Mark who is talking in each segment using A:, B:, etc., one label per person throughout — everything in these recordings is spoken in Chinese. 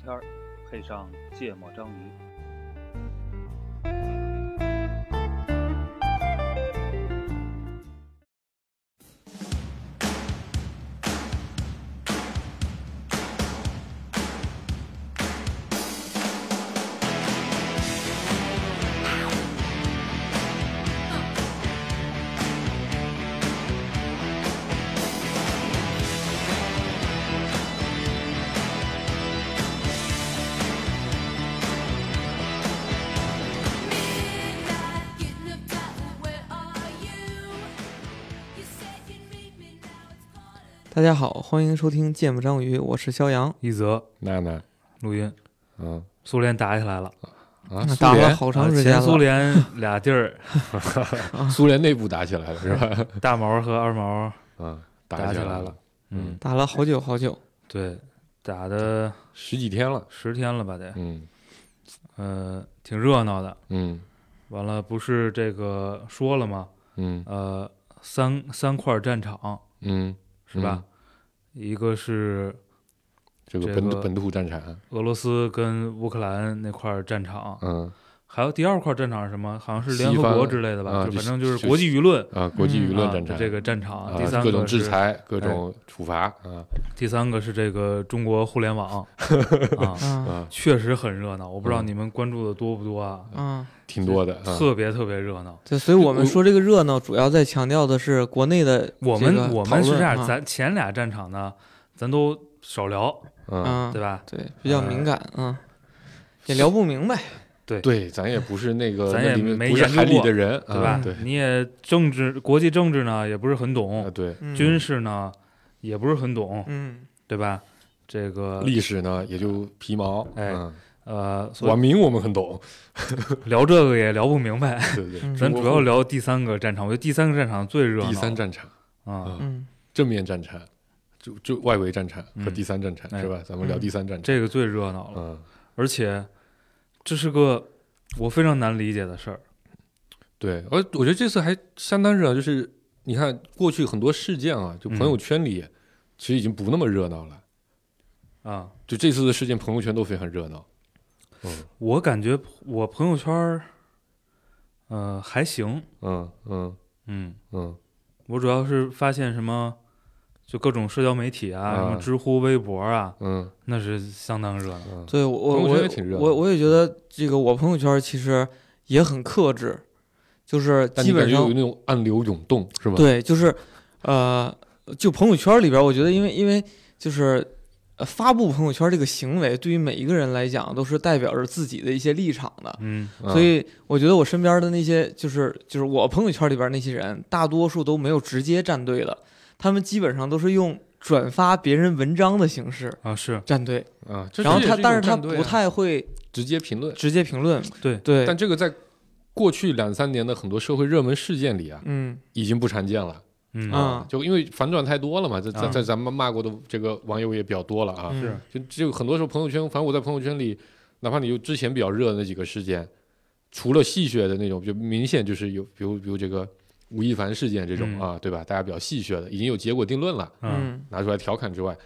A: 片儿，配上芥末章鱼。
B: Midnight, getting up darling, where are you? You said you'd meet me now, it's quarter
C: 大家好，欢迎收听《芥末章鱼》，我是肖阳。
D: 一则
E: 娜娜，
D: 录音，
E: 嗯
D: 苏联打起来了，
E: 啊，
C: 那
E: 苏
C: 嗯打了
E: 联
C: 好长时间
D: 啊前苏
C: 了，
D: 联俩地 儿，
E: 苏联内部打起来了是吧？
D: 大毛和二毛，
E: 嗯，
D: 打
E: 起
D: 起来
E: 来
D: 了
E: 了，
D: 嗯，
C: 打了好久好久。
D: 对，打的
E: 十几天了，
D: 十天了吧得，
E: 嗯
D: 呃，挺热闹的。
E: 嗯
D: 完了，不是这个说了吗？
E: 嗯
D: 呃，三三块战场
E: 嗯，
D: 是吧？一个是
E: 这个
D: 这
E: 本
D: 个
E: 土本土战场，
D: 俄罗斯跟乌克兰那块战场，
E: 嗯
D: 还有第二块战场是什么？好像是
E: 西
D: 联合
E: 方
D: 国之类的吧？
E: 啊
D: 就
E: 就
D: 反正
E: 是
D: 就是
E: 就
D: 国际舆论
E: 啊，国际
C: 嗯
E: 舆论战
D: 啊
E: 场，
D: 这个战场。
E: 啊
D: 第三
E: 各
D: 个
E: 种制
D: 是哎
E: 裁，各种处罚啊
D: 第三个是这个中国互联 网啊，
C: 啊
E: 啊，
D: 确实很热闹。我不知道
E: 嗯
D: 你们关注的多不多啊，
C: 啊，
E: 挺多的啊，
D: 特别特别热闹。
C: 对，所以我们说这个热闹，主要在强调的是国内的
D: 我
C: 这个
D: 们我
C: 讨
D: 们是
C: 论
D: 这样，
C: 啊
D: 咱前俩战场呢，咱都少聊，
E: 嗯，
C: 啊
D: 对吧？
C: 对比较敏感啊，也聊不明白。
E: 对，咱也不是那个
D: 咱也
E: 那里面
D: 没
E: 不是
D: 研究
E: 海里
D: 过
E: 的人，
D: 对
E: 啊
D: 吧？
E: 对
D: 你也政治国际政治呢也不是很
E: 啊
D: 懂，
E: 对，
C: 嗯
D: 军事呢也不是很懂，
C: 嗯，
D: 对吧？这个
E: 历史呢也就皮毛，
D: 哎
E: 嗯
D: 呃，所
E: 网
D: 以
E: 民我们很懂，
D: 聊这个也聊不明白。
E: 对对，
C: 嗯
D: 咱
E: 中
D: 主
E: 国
D: 要
E: 互
D: 聊第三个战场，我觉得第三个战场最热闹。
E: 第三战场
D: 啊，
E: 啊，
C: 嗯
E: 正面战场，就就外围战场和
D: 嗯
E: 第三战场、
D: 哎
E: 是吧？咱们聊
C: 嗯哦
E: 第三战场。
D: 这个最热闹了。
E: 嗯，
D: 而且这是个我非常难理解的事儿。
E: 对，而我觉得这次还相当热闹，就是你看过去很多事件啊，就
D: 嗯
E: 朋友圈里其实已经不那么热闹了，
D: 啊，
E: 就这次的事件，朋友圈都非常热闹。嗯
D: 我感觉我朋友圈儿，呃，还行，
E: 嗯嗯
D: 嗯，
E: 嗯
D: 我主要是发现什么，就各种社交媒体啊，
E: 啊
D: 什么知乎、微博啊，
E: 嗯
D: 那是相当热闹。
E: 嗯，
C: 对我我
E: 朋友圈
C: 我
E: 也挺热闹
C: 我我也觉得这个我朋友圈其实也很克制，就是
E: 但
C: 基
E: 你
C: 本
E: 感觉
C: 上
E: 有那种暗流涌动是吧？
C: 对，就是呃，就朋友圈里边儿，我觉得因为因为就是。呃发布朋友圈这个行为，对于每一个人来讲，都是代表着自己的一些立场的。
D: 嗯
E: 嗯，
C: 所以我觉得我身边的那些，就是就是我朋友圈里边那些人，大多数都没有直接站队的，他们基本上都是用转发别人文章的形式
D: 啊，是
C: 站队。
E: 啊，这
C: 然后
E: 也
C: 他，
E: 一种
C: 但是他
E: 战队啊
C: 不太会
E: 直接评论，
C: 直接评论。
D: 对
C: 对，
E: 但这个在过去两三年的很多社会热门事件里啊，
C: 嗯
E: 已经不常见了。
D: 嗯
C: 啊
E: 就因为反转太多了嘛，在在
D: 嗯
E: 在咱们骂过的这个网友也比较多了啊。
C: 嗯
D: 是
E: 就就很多时候朋友圈，反正我在朋友圈里，哪怕你就之前比较热的那几个事件，除了戏谑的那种，就明显就是有，比如比如这个吴亦凡事件这种
D: 嗯
E: 啊，对吧？大家比较戏谑的，已经有结果定论了，
D: 嗯
C: 嗯
E: 拿出来调侃之外，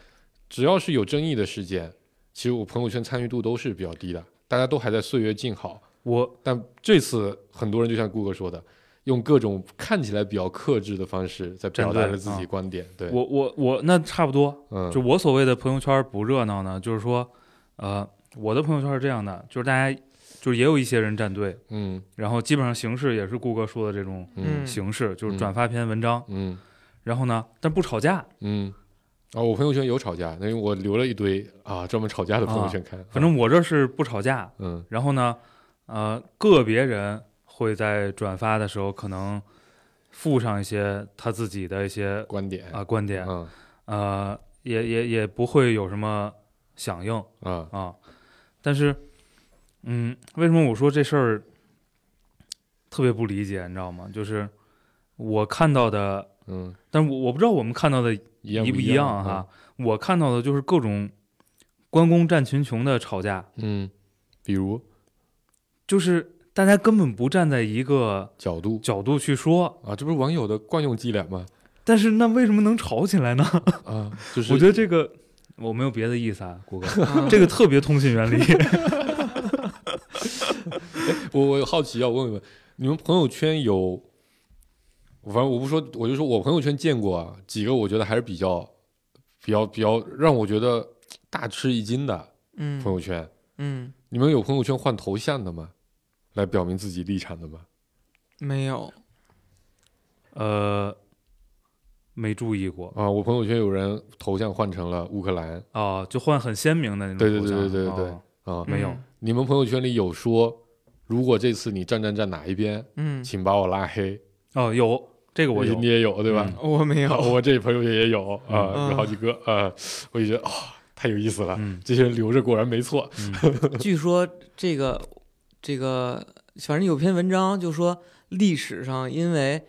E: 只要是有争议的事件，其实我朋友圈参与度都是比较低的，大家都还在岁月静好。
D: 我
E: 但这次很多人就像顾哥说的。用各种看起来比较克制的方式，在表达
D: 站队
E: 了自己
D: 啊
E: 观点。对，
D: 我我我那差不多，
E: 嗯，
D: 就我所谓的朋友圈不热闹呢，就是说，呃，我的朋友圈是这样的，就是大家就是也有一些人站队，
E: 嗯
D: 然后基本上形式也是顾哥说的这种
C: 嗯
D: 形式，就是转发篇文章，
E: 嗯
D: 然后呢，但不吵架，
E: 嗯，啊，我朋友圈有吵架，那我留了一堆啊，专门吵架的朋友圈看。啊
D: 反正我这是不吵架。
E: 嗯
D: 然后呢，呃，个别人会在转发的时候可能附上一些他自己的一些
E: 观点
D: 啊、观点，
E: 嗯
D: 呃，也也也不会有什么响应
E: 啊
D: 啊。但是，嗯，为什么我说这事儿特别不理解，你知道吗？就是我看到的。
E: 嗯，
D: 但是我我不知道我们看到的
E: 一样嗯
D: 一不
E: 一
D: 一样啊哈？？我看到的就是各种关公战群雄的吵架，
E: 嗯，比如
D: 就是大家根本不站在一个
E: 角度
D: 角度去说。
E: 啊，这不是网友的惯用伎俩吗？
D: 但是那为什么能吵起来呢？
E: 啊，就是
D: 我觉得这个我没有别的意思啊， 郭哥，
C: 啊
D: 这个特别通信原理。
E: 我我好奇要问问，你们朋友圈有，反正我不说，我就说我朋友圈见过啊几个，我觉得还是比较比较比较让我觉得大吃一惊的
C: 嗯
E: 朋友圈。
C: 嗯
E: 你们有朋友圈换头像的吗？来表明自己立场的吗？
C: 没有，
D: 呃，没注意过
E: 啊，我朋友圈有人头像换成了乌克兰
D: 啊，就换很鲜明的那种
E: 对对
D: 头像
E: 对对对对
D: 啊
E: 啊，
D: 没有
E: 你们朋友圈里有说，如果这次你站站站哪一边，
C: 嗯，嗯，
E: 请把我拉黑，
D: 哦，有这个我
E: 你
D: 有
E: 你，也有对吧？
D: 嗯
C: 我没
E: 啊
C: 有，
E: 我这朋友圈也有啊，
C: 嗯
E: 有好几个啊，我就觉得啊、太有意思了，
D: 嗯
E: 这些人留着果然没错。
C: 据说这个这个，反正有篇文章就说历史上因为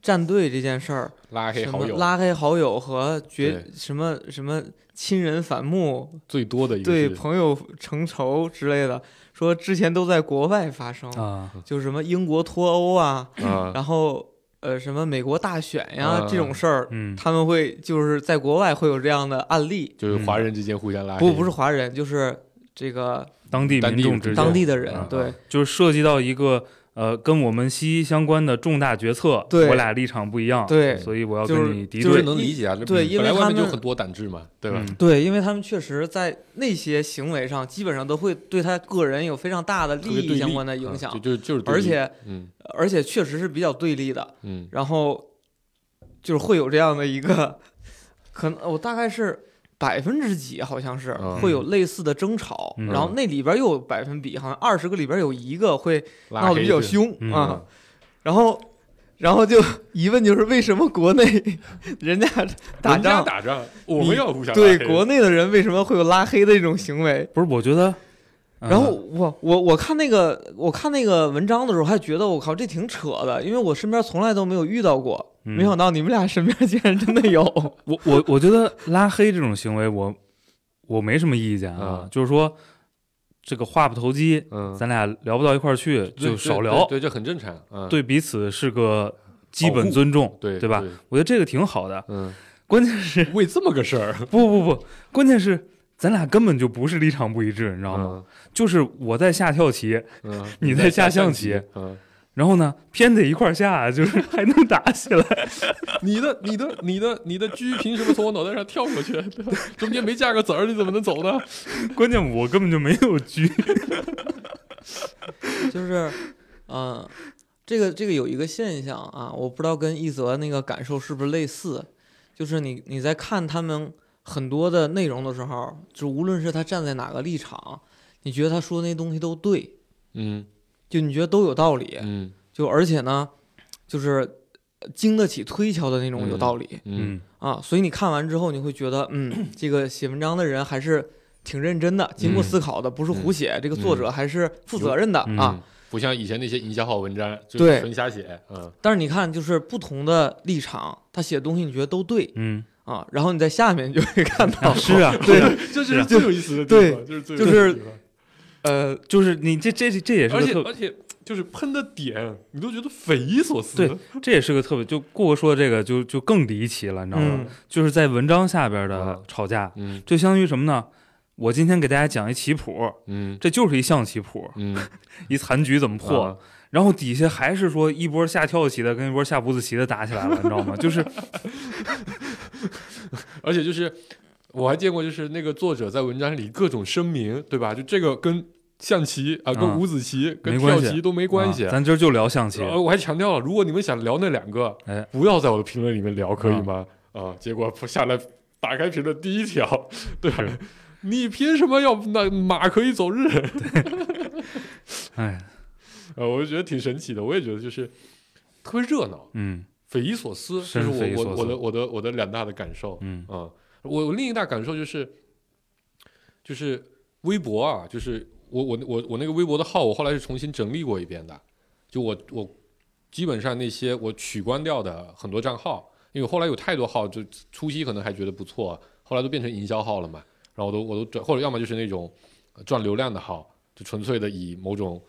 C: 站队这件事儿，
E: 拉黑
C: 什
E: 好
C: 么
E: 友
C: 拉黑好友和绝
E: 对
C: 什么什么亲人反目，
E: 最多的一个
C: 对
E: 是
C: 朋友成仇之类的，说之前都在国外发生，
D: 啊，
C: 就是什么英国脱欧啊，
E: 啊，
C: 然后呃什么美国大选呀、
E: 嗯
C: 这种事儿，
D: 嗯
C: 他们会就是在国外会有这样的案例，
E: 就是华人之间互相拉黑，
C: 不不是华人，就是这个
D: 当地
E: 当
D: 民
E: 地
D: 众之间，
C: 当地的人
D: 嗯，
E: 啊
C: 对
D: 就是涉及到一个呃跟我们息息相关的重大决策，
C: 对
D: 我俩立场不一样，
C: 对
D: 所以我要
C: 就是
D: 跟你敌
E: 就
C: 就是
D: 对，
E: 能理解啊，这
C: 对因为
E: 本来外
C: 他
E: 面就
C: 们
E: 很多胆汁嘛，对吧？
D: 嗯
C: 对，因为他们确实在那些行为上，基本上都会对他个人有非常大的利
E: 特别对
C: 益
E: 立
C: 相关的影响
E: 啊、，就就就是对立
C: 而且
E: 嗯
C: 而且确实是比较对立的，
E: 嗯
C: 然后就是会有这样的一个，可能我大概是百分之几，好像是
E: 嗯
C: 会有类似的争吵，
D: 嗯
C: 然后那里边又有百分比，好像二十个里边有一个会
E: 拉
C: 闹
E: 黑
C: 得比较
E: 这个
C: 凶
D: 嗯
C: 啊，然后。然后就 疑问就是为什么国内 人家打
E: 人家
C: 仗，
E: 打仗，我们要互相
C: 对
E: 拉黑
C: 国内的人为什么会有拉黑的这种行为？
D: 不是，我觉得，呃
C: 然后我我我看那个我看那个文章的时候，还觉得我靠这挺扯的，因为我身边从来都没有遇到过，
D: 嗯
C: 没想到你们俩身边竟然真的有。
D: 我我我觉得拉黑这种行为我，我没什么意见啊，
E: 嗯
D: 就是说这个话不投机，
E: 嗯，
D: 咱俩聊不到一块儿去，
E: 对
D: 就
E: 对
D: 少
E: 对
D: 聊，
E: 对，这很正常，嗯，
D: 对彼此是个基
E: 保
D: 本
E: 护
D: 尊重，
E: 对
D: 对吧？？我觉得这个挺好的。
E: 嗯，
D: 关键是
E: 为这么个事儿，
D: 不不不，关键是咱俩根本就不是立场不一致，你知道吗？就是我在下跳棋，
E: 嗯？嗯，
D: 你在
E: 在
D: 下象
E: 象
D: 棋，
E: 嗯，
D: 然后呢偏得一块儿下，就是 还能打起来。
E: 你的你的你的你的车凭什么从我脑袋上跳过去？ 对吧中间没架个子儿，你怎么能走呢？
D: 关键我根本就没有狙。
C: 就是，嗯、这个这个有一个现象啊，我不知道跟一泽那个感受是不是类似，就是你你在看他们很多的内容的时候，就无论是他站在哪个立场，你觉得他说那东西都对，
E: 嗯
C: 就你觉得都有道理，
E: 嗯
C: 就而且呢，就是经得起推敲的那种有道理。
E: 嗯，
C: 啊，所以你看完之后，你会觉得，嗯，这个写文章的人还是挺认真的，经过思考的，不是胡写。这个作者还是负责任的
D: 嗯
C: 啊。
E: 不像以前那些营销号文章，就
C: 对
E: 纯瞎写，嗯
C: 但是你看，就是不同的立场，他写的东西你觉得都对
D: 嗯，
C: 啊，然后你在下面就会看到，
D: 啊是啊，
C: 对，
E: 这 就是最有意思的地方，就是最有
C: 就
E: 意思的地方
C: 呃，
D: 就是你这这这也是
E: 而
D: 个
E: 且
D: 特
E: 而且就是喷的点，你都觉得匪夷所思。
D: 对这也是个特别，就顾哥说的这个就就更离奇了，你知道吗？
C: 嗯
D: 就是在文章下边的
E: 嗯
D: 吵架，
E: 嗯
D: 就相当于什么呢？我今天给大家讲一棋谱，
E: 嗯
D: 这就是一象棋谱，
E: 嗯，
D: 一残局怎么破，
E: 啊
D: 然后底下还是说一波下跳棋的跟一波下五子棋的打起来了，你知道吗？就是
E: 而且就是我还见过，就是那个作者在文章里各种声明，对吧？就这个跟象棋啊、
D: 啊
E: 跟五子棋、跟
D: 没关
E: 跳
D: 系
E: 棋都没关系。
D: 啊咱今儿就聊象棋，
E: 呃，我还强调了，如果你们想聊那两个，
D: 哎
E: 不要在我的评论里面聊，可以吗？啊，结果下来打开评论第一条，对吧
D: 是？
E: 你凭什么要那马可以走日？
D: 哎，
E: 呃，我就觉得挺神奇的，我也觉得就是特别热闹，
D: 嗯
E: 匪夷所思，
D: 真
E: 这是
D: 匪夷
E: 我
D: 所
E: 我我
D: 思
E: 的我的我的两大的感受。
D: 嗯
E: 啊、我我另一大感受就是，就是微博啊，就是我我我我那个微博的号，我后来是重新整理过一遍的，就我我基本上那些我取关掉的很多账号，因为后来有太多号，就初期可能还觉得不错，后来都变成营销号了嘛，然后我都我都转，或者要么就是那种呃赚流量的号，就纯粹的以某种。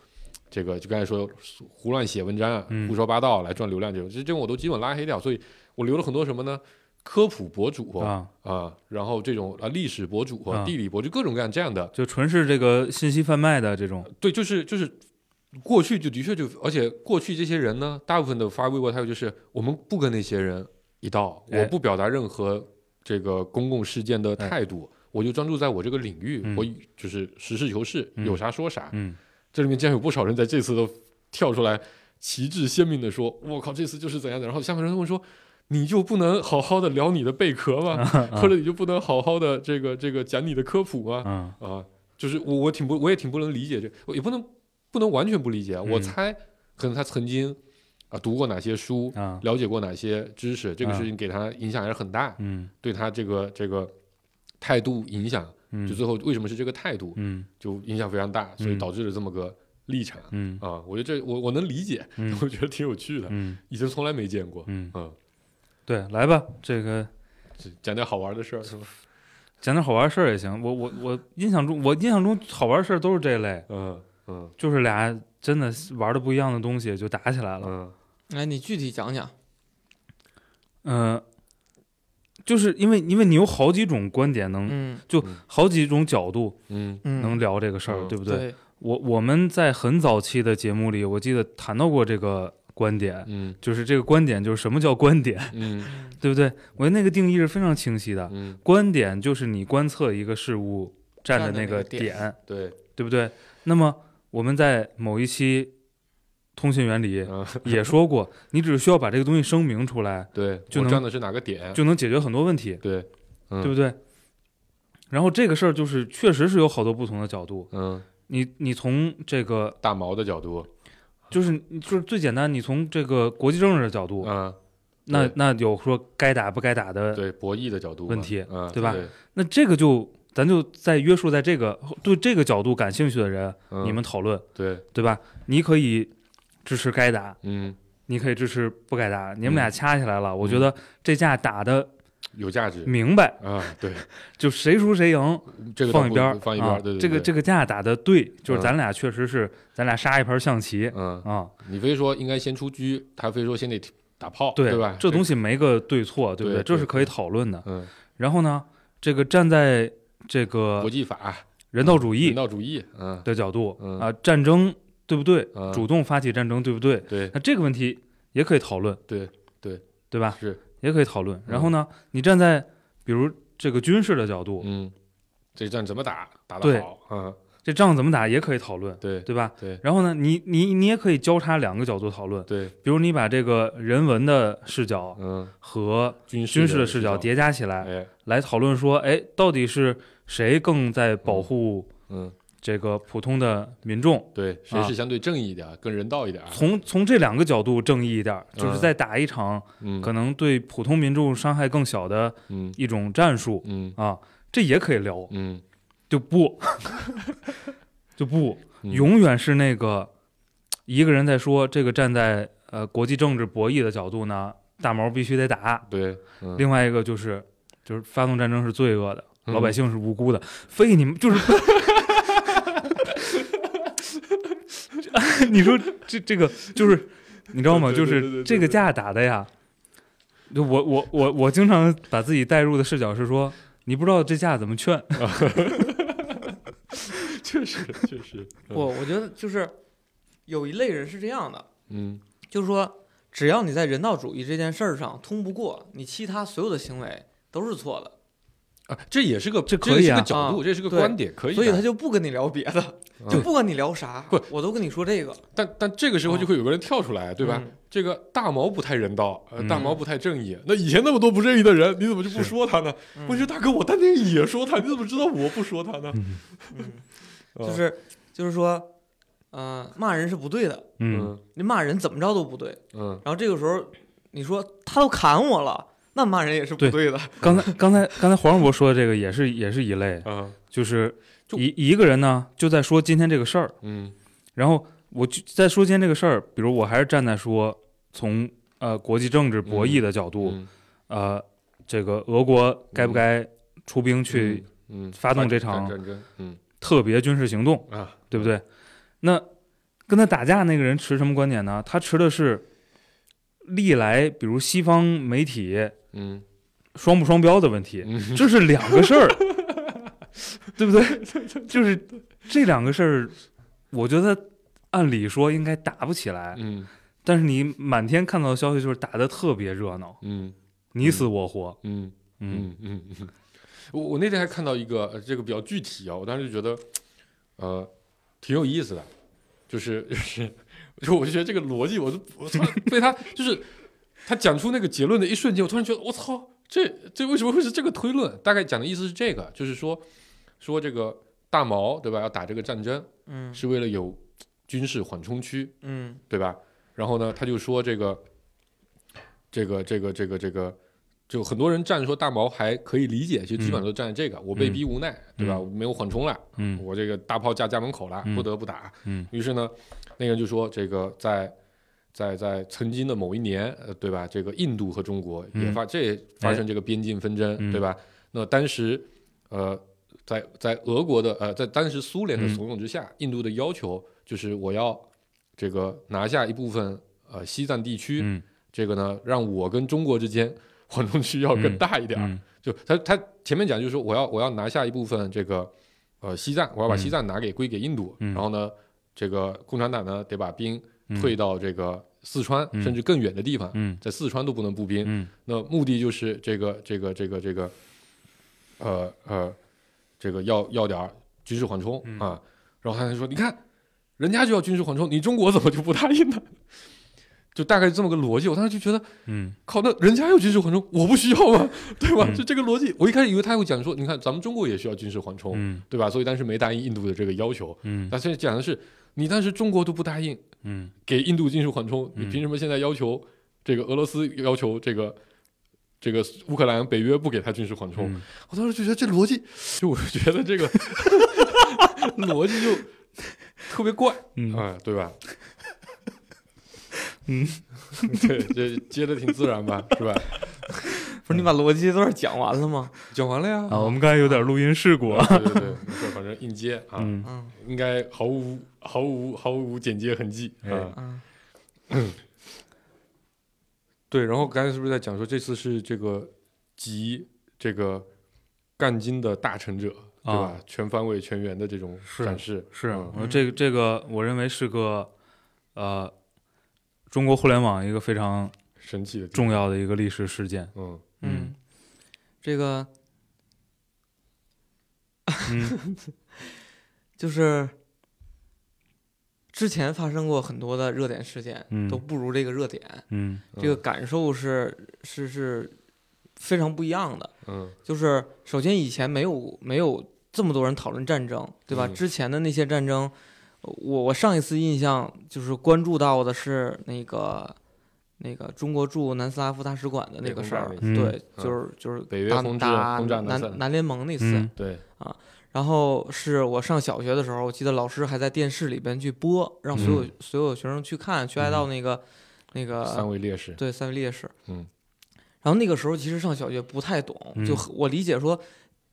E: 这个就刚才说胡乱写文章啊、
D: 嗯
E: 胡说八道来赚流量这种，这这种我都基本拉黑掉，所以我留了很多什么呢？科普博主啊，
D: 啊，
E: 然后这种啊历史博主啊、
D: 啊
E: 地理博主各种各样这样的，
D: 就纯是这个信息贩卖的这种
E: 对，就是就是。过去就的确就，而且过去这些人呢，大部分的发微博态度就是，我们不跟那些人一道，
D: 哎
E: 我不表达任何这个公共事件的
D: 哎
E: 态度，我就专注在我这个领域，
D: 嗯
E: 我以就是实事求是，
D: 嗯
E: 有啥说啥。
D: 嗯
E: 这里面竟然有不少人在这次都跳出来，旗帜鲜明的说：“我靠，这次就是怎样的。”然后下面人问说：“你就不能好好的聊你的贝壳吗？ 或者你就不能好好的这个这个讲你的科普吗？”
D: 嗯
E: 啊，就是我我挺不我也挺不能理解这，我也不能不能完全不理解啊。我
D: 嗯
E: 猜可能他曾经啊读过哪些书，
D: 啊
E: 了解过哪些知识，这个
D: 啊
E: 事情给他影响还是很大，
D: 嗯
E: 对他这个这个态度影响，
D: 嗯，
E: 就最后为什么是这个态度，
D: 嗯
E: 就影响非常大，所以
D: 嗯
E: 导致了这么个立场。
D: 嗯
E: 啊，我觉得这我我能理解，
D: 嗯
E: 我觉得挺有趣的，
D: 嗯
E: 以前从来没见过。
D: 嗯，
E: 嗯，
D: 对，来吧，这个
E: 这讲点好玩的事儿是吗？
D: 讲点好玩事儿也行。我我我印象中，我印象中好玩事儿都是这类，
E: 嗯嗯
D: 就是俩真的玩的不一样的东西就打起来了。
E: 嗯
C: 哎，你具体讲讲，
D: 嗯、就是因为因为你有好几种观点能，
C: 嗯
D: 好几种角度
E: 嗯
C: 嗯，
D: 能聊这个事儿，
E: 嗯
D: 对不对？
C: 对，
D: 我我们在很早期的节目里，我记得谈到过这个观点，
E: 嗯
D: 就是这个观点就是什么叫观点，
E: 嗯
D: 对不对？我觉得那个定义是非常清晰的。
E: 嗯，
D: 观点就是你观测一个事物站的
C: 站的
D: 那
C: 那
D: 个
C: 个
D: 点，
E: 对，
D: 对不对？那么我们在某一期通信原 理
E: 嗯
D: 也说过，你只需要把这个东西声明出来，
E: 对，
D: 就
E: 我
D: 能
E: 站的是哪个点？
D: 就能解决很多问题，
E: 对，嗯
D: 对不对？然后这个事儿就是确实是有好多不同的角度，
E: 嗯，
D: 你你从这个
E: 大毛的角度，
D: 就是就是最简单，你从这个国际政治的角度，
E: 嗯，
D: 那
E: 对
D: 那有说该打不该打的，
E: 对，博弈的角度嘛
D: 问题
E: 嗯，
D: 对吧那这个就咱就在约束在这个对这个角度感兴趣的人，
E: 嗯
D: 你们讨论，
E: 对，
D: 对吧？你可以支持该打，
E: 嗯，
D: 你可以支持不该打，你们俩掐起来了，我觉得这架打的
E: 有价值
D: 明白，
E: 啊，对，
D: 就谁输谁赢
E: 这个倒
D: 嗯放一
E: 不
D: 边儿，
E: 放一边
D: 啊
E: 儿，对对，
D: 这个
E: 对
D: 这个架打的对，就是
E: 嗯
D: 咱俩确实是咱俩杀一盘象棋
E: 嗯，
D: 啊，
E: 你非说应该先出车，他非说先得打炮，对吧？
D: 这东西没个对错，对不
E: 对
D: 对？
E: 对
D: 这是可以讨论的。
E: 嗯，
D: 然后呢，这个站在这个
E: 国际法、
D: 人道主
E: 人
D: 义
E: 道主义，嗯，
D: 的角度
E: 嗯
D: 啊，战争对不对
E: 嗯？
D: 主动发起战争对不对？
E: 对
D: 那这个问题也可以讨论，
E: 对对嗯
D: 对吧？
E: 是，
D: 也可以讨论。然后呢，你站在比如这个军事的角度，
E: 嗯，这仗怎么打，打
D: 对
E: 得好，嗯，
D: 这仗怎么打也可以讨论，
E: 对
D: 对吧？
E: 对
D: 然后呢，你你你也可以交叉两个角度讨论，
E: 对，
D: 比如你把这个人文的视角
E: 嗯，
D: 和
E: 军
D: 军事
E: 事
D: 的
E: 视
D: 视角，叠加起来，
E: 哎，
D: 来讨论说，哎，到底是谁更在保护
E: 嗯，
D: 这个普通的民众？
E: 对，谁
D: 啊
E: 是相对正义一点，更人道一点啊，
D: 从从这两个角度正义一点儿，就是
E: 嗯
D: 在打一场
E: 嗯，
D: 可能对普通民众伤害更小的
E: 嗯
D: 一种战术
E: 嗯
D: 啊，这也可以聊，
E: 嗯，
D: 就 不就不
E: 嗯
D: 永远是那个一个人在说这个站在呃国际政治博弈的角度呢，大毛必须得打，
E: 对，嗯
D: 另外一个就是就是发动战争是罪恶的，
E: 嗯
D: 老百姓是无辜的，非你们就是 这。你说这这个就是你知道吗？
E: 对
D: 就
E: 对对对
D: 是
E: 对
D: 这个架打的呀。就我我我我经常把自己带入的视角是说，你不知道这架怎么劝，
E: 确实确实，嗯
C: 我我觉得就是有一类人是这样的，
E: 嗯
C: 就是说，只要你在人道主义这件事儿上通不过，你其他所有的行为都是错的，
E: 啊，这也是个这
D: 可以啊
E: 个是个角度，
C: 啊
E: 这是个
C: 对
E: 观点，可以的，
C: 所以他就不跟你聊别的，
E: 嗯
C: 就不管你聊啥
E: 不，
C: 我都跟你说这个，
E: 但但这个时候就会有个人跳出来，对吧？
C: 哦嗯
E: 这个大毛不太人道，呃，
D: 嗯
E: 大毛不太正义。那以前那么多不正义的人，你怎么就
D: 是
E: 不说他呢？
C: 嗯
E: 我觉得大哥，我当年也说他，你怎么知道我不说他呢？
C: 嗯
E: 啊
C: 就是就是说，呃，骂人是不对的，
D: 嗯，
E: 嗯
C: 你骂人怎么着都不对。
E: 嗯
C: 然后这个时候你说他都砍我了，那骂人也是不
D: 对
C: 对的，
D: 刚才刚才刚才黄世博说的这个也是也是一类，
E: 啊
D: 就是
E: 就
D: 一一个人呢就在说今天这个事儿，
E: 嗯
D: 然后我就在说今天这个事儿，比如我还是站在说从呃国际政治博弈的角度，
E: 嗯
D: 呃，这个俄国该不该出兵去
E: 嗯
D: 发动这场
E: 战战争，嗯
D: 特别军事行动，
E: 啊，
D: 对不对？那跟他打架那个人持什么观点呢？他持的是历来比如西方媒体
E: 嗯
D: 双不双标的问题，
E: 嗯
D: 这是两个事儿，对不对？就是这两个事儿，我觉得按理说应该打不起来，
E: 嗯
D: 但是你满天看到的消息就是打得特别热闹，
E: 嗯
D: 你死我活，
E: 嗯
D: 嗯
E: 嗯嗯嗯。我我那天还看到一个呃这个比较具体啊，我当时就觉得，呃，挺有意思的，就是 就是，就我就觉得这个逻辑，我就我突然被他就是他讲出那个结论的一瞬间，我突然觉得我操，这这为什么会是这个推论？大概讲的意思是这个，就是说说这个大毛对吧，要打这个战争
C: 嗯
E: 是为了有军事缓冲区，
C: 嗯
E: 对吧？然后呢，他就说这个，这个，这个，这个，这个，就很多人站说大毛还可以理解，其实基本上都站这个，我被逼无奈，对吧？我没有缓冲了，
D: 嗯
E: 我这个大炮架家门口了，
D: 嗯
E: 不得不打。
D: 嗯
E: 于是呢，那个人就说这个在。在在曾经的某一年，呃，对吧？这个印度和中国也发、这也发生这个边境纷争，
D: 嗯
E: 对吧？那当时，呃，在在俄国的呃，在当时苏联的
D: 嗯
E: 怂恿之下，印度的要求就是我要这个拿下一部分呃西藏地区，
D: 嗯
E: 这个呢让我跟中国之间缓冲区要更大一点儿。
D: 嗯
E: 就他他前面讲就是说我要我要拿下一部分这个呃西藏，我要把
D: 嗯
E: 西藏拿给归给印度，
D: 嗯
E: 然后呢这个共产党呢得把兵
D: 嗯
E: 退到这个四川、
D: 嗯
E: 甚至更远的地方，
D: 嗯
E: 在四川都不能步兵。
D: 嗯
E: 那目的就是这个这个这个这个，呃呃，这个要要点儿军事缓冲、
D: 嗯
E: 啊。然后他就说：“你看，人家就要军事缓冲，你中国怎么就不答应呢？” 就大概这么个逻辑，我当时就觉得，
D: 嗯
E: 靠，那人家有军事缓冲，我不需要 吗？对吧？
D: 嗯
E: 就这个逻辑，我一开始以为他会讲说，你看咱们中国也需要军事缓冲，
D: 嗯
E: 对吧？所以当时没答应印度的这个要求。
D: 嗯
E: 但现在讲的是，你当时中国都不答应
D: 嗯
E: 给印度军事缓冲，你
D: 嗯
E: 凭什么现在要求这个俄罗斯要求这个这个乌克兰北约不给他军事缓冲？
D: 嗯，
E: 我当时就觉得这逻辑，就我觉 得这个逻辑就 特别怪，
D: 嗯
E: 啊，对吧？
D: 嗯，
E: 对，这接的挺自然吧，是吧？
C: 不是你把逻辑这段讲完了吗？
E: 讲完了呀，
D: 啊，我们刚才有点录音事故，啊
E: 对对对，没事，反正硬接啊，
D: 嗯
C: 嗯
E: 应该毫无毫无毫无剪接痕迹啊。
D: 哎
C: 嗯
E: 对，然后刚才是不是在讲说这次是这个集这个干金的大成者，对吧？
D: 啊
E: 全方位、全员的这种
D: 是
E: 展示，
D: 是，
E: 嗯
D: 我这个这个，我认为是个呃，中国互联网一个非常
E: 神奇的地方，
D: 重要的一个历史事 件。嗯
E: 嗯
C: 嗯，这个
D: 嗯
C: 就是之前发生过很多的热点事件，
D: 嗯
C: 都不如这个热点，
D: 嗯
C: 这个感受是是是非常不一样的。
E: 嗯
C: 就是首先以前没有没有这么多人讨论战争，对吧？
E: 嗯
C: 之前的那些战争，呃我我上一次印象就是关注到的是那个那个中国驻南斯拉夫大使馆的那个事儿
E: 北，
D: 轰炸那次
C: 对，
E: 嗯
C: 就是就是
E: 北约
C: 打
E: 轰炸
C: 打
E: 轰炸南斯拉
C: 南南联盟那次。
D: 嗯
E: 对，
C: 然后是我上小学的时候，我记得老师还在电视里边去播，让所有、
E: 嗯
C: 所有学生去看，去哀悼那个、那个
E: 三位烈士，
C: 对三位烈士。
E: 嗯。
C: 然后那个时候其实上小学不太懂，
D: 嗯
C: 就很我理解说，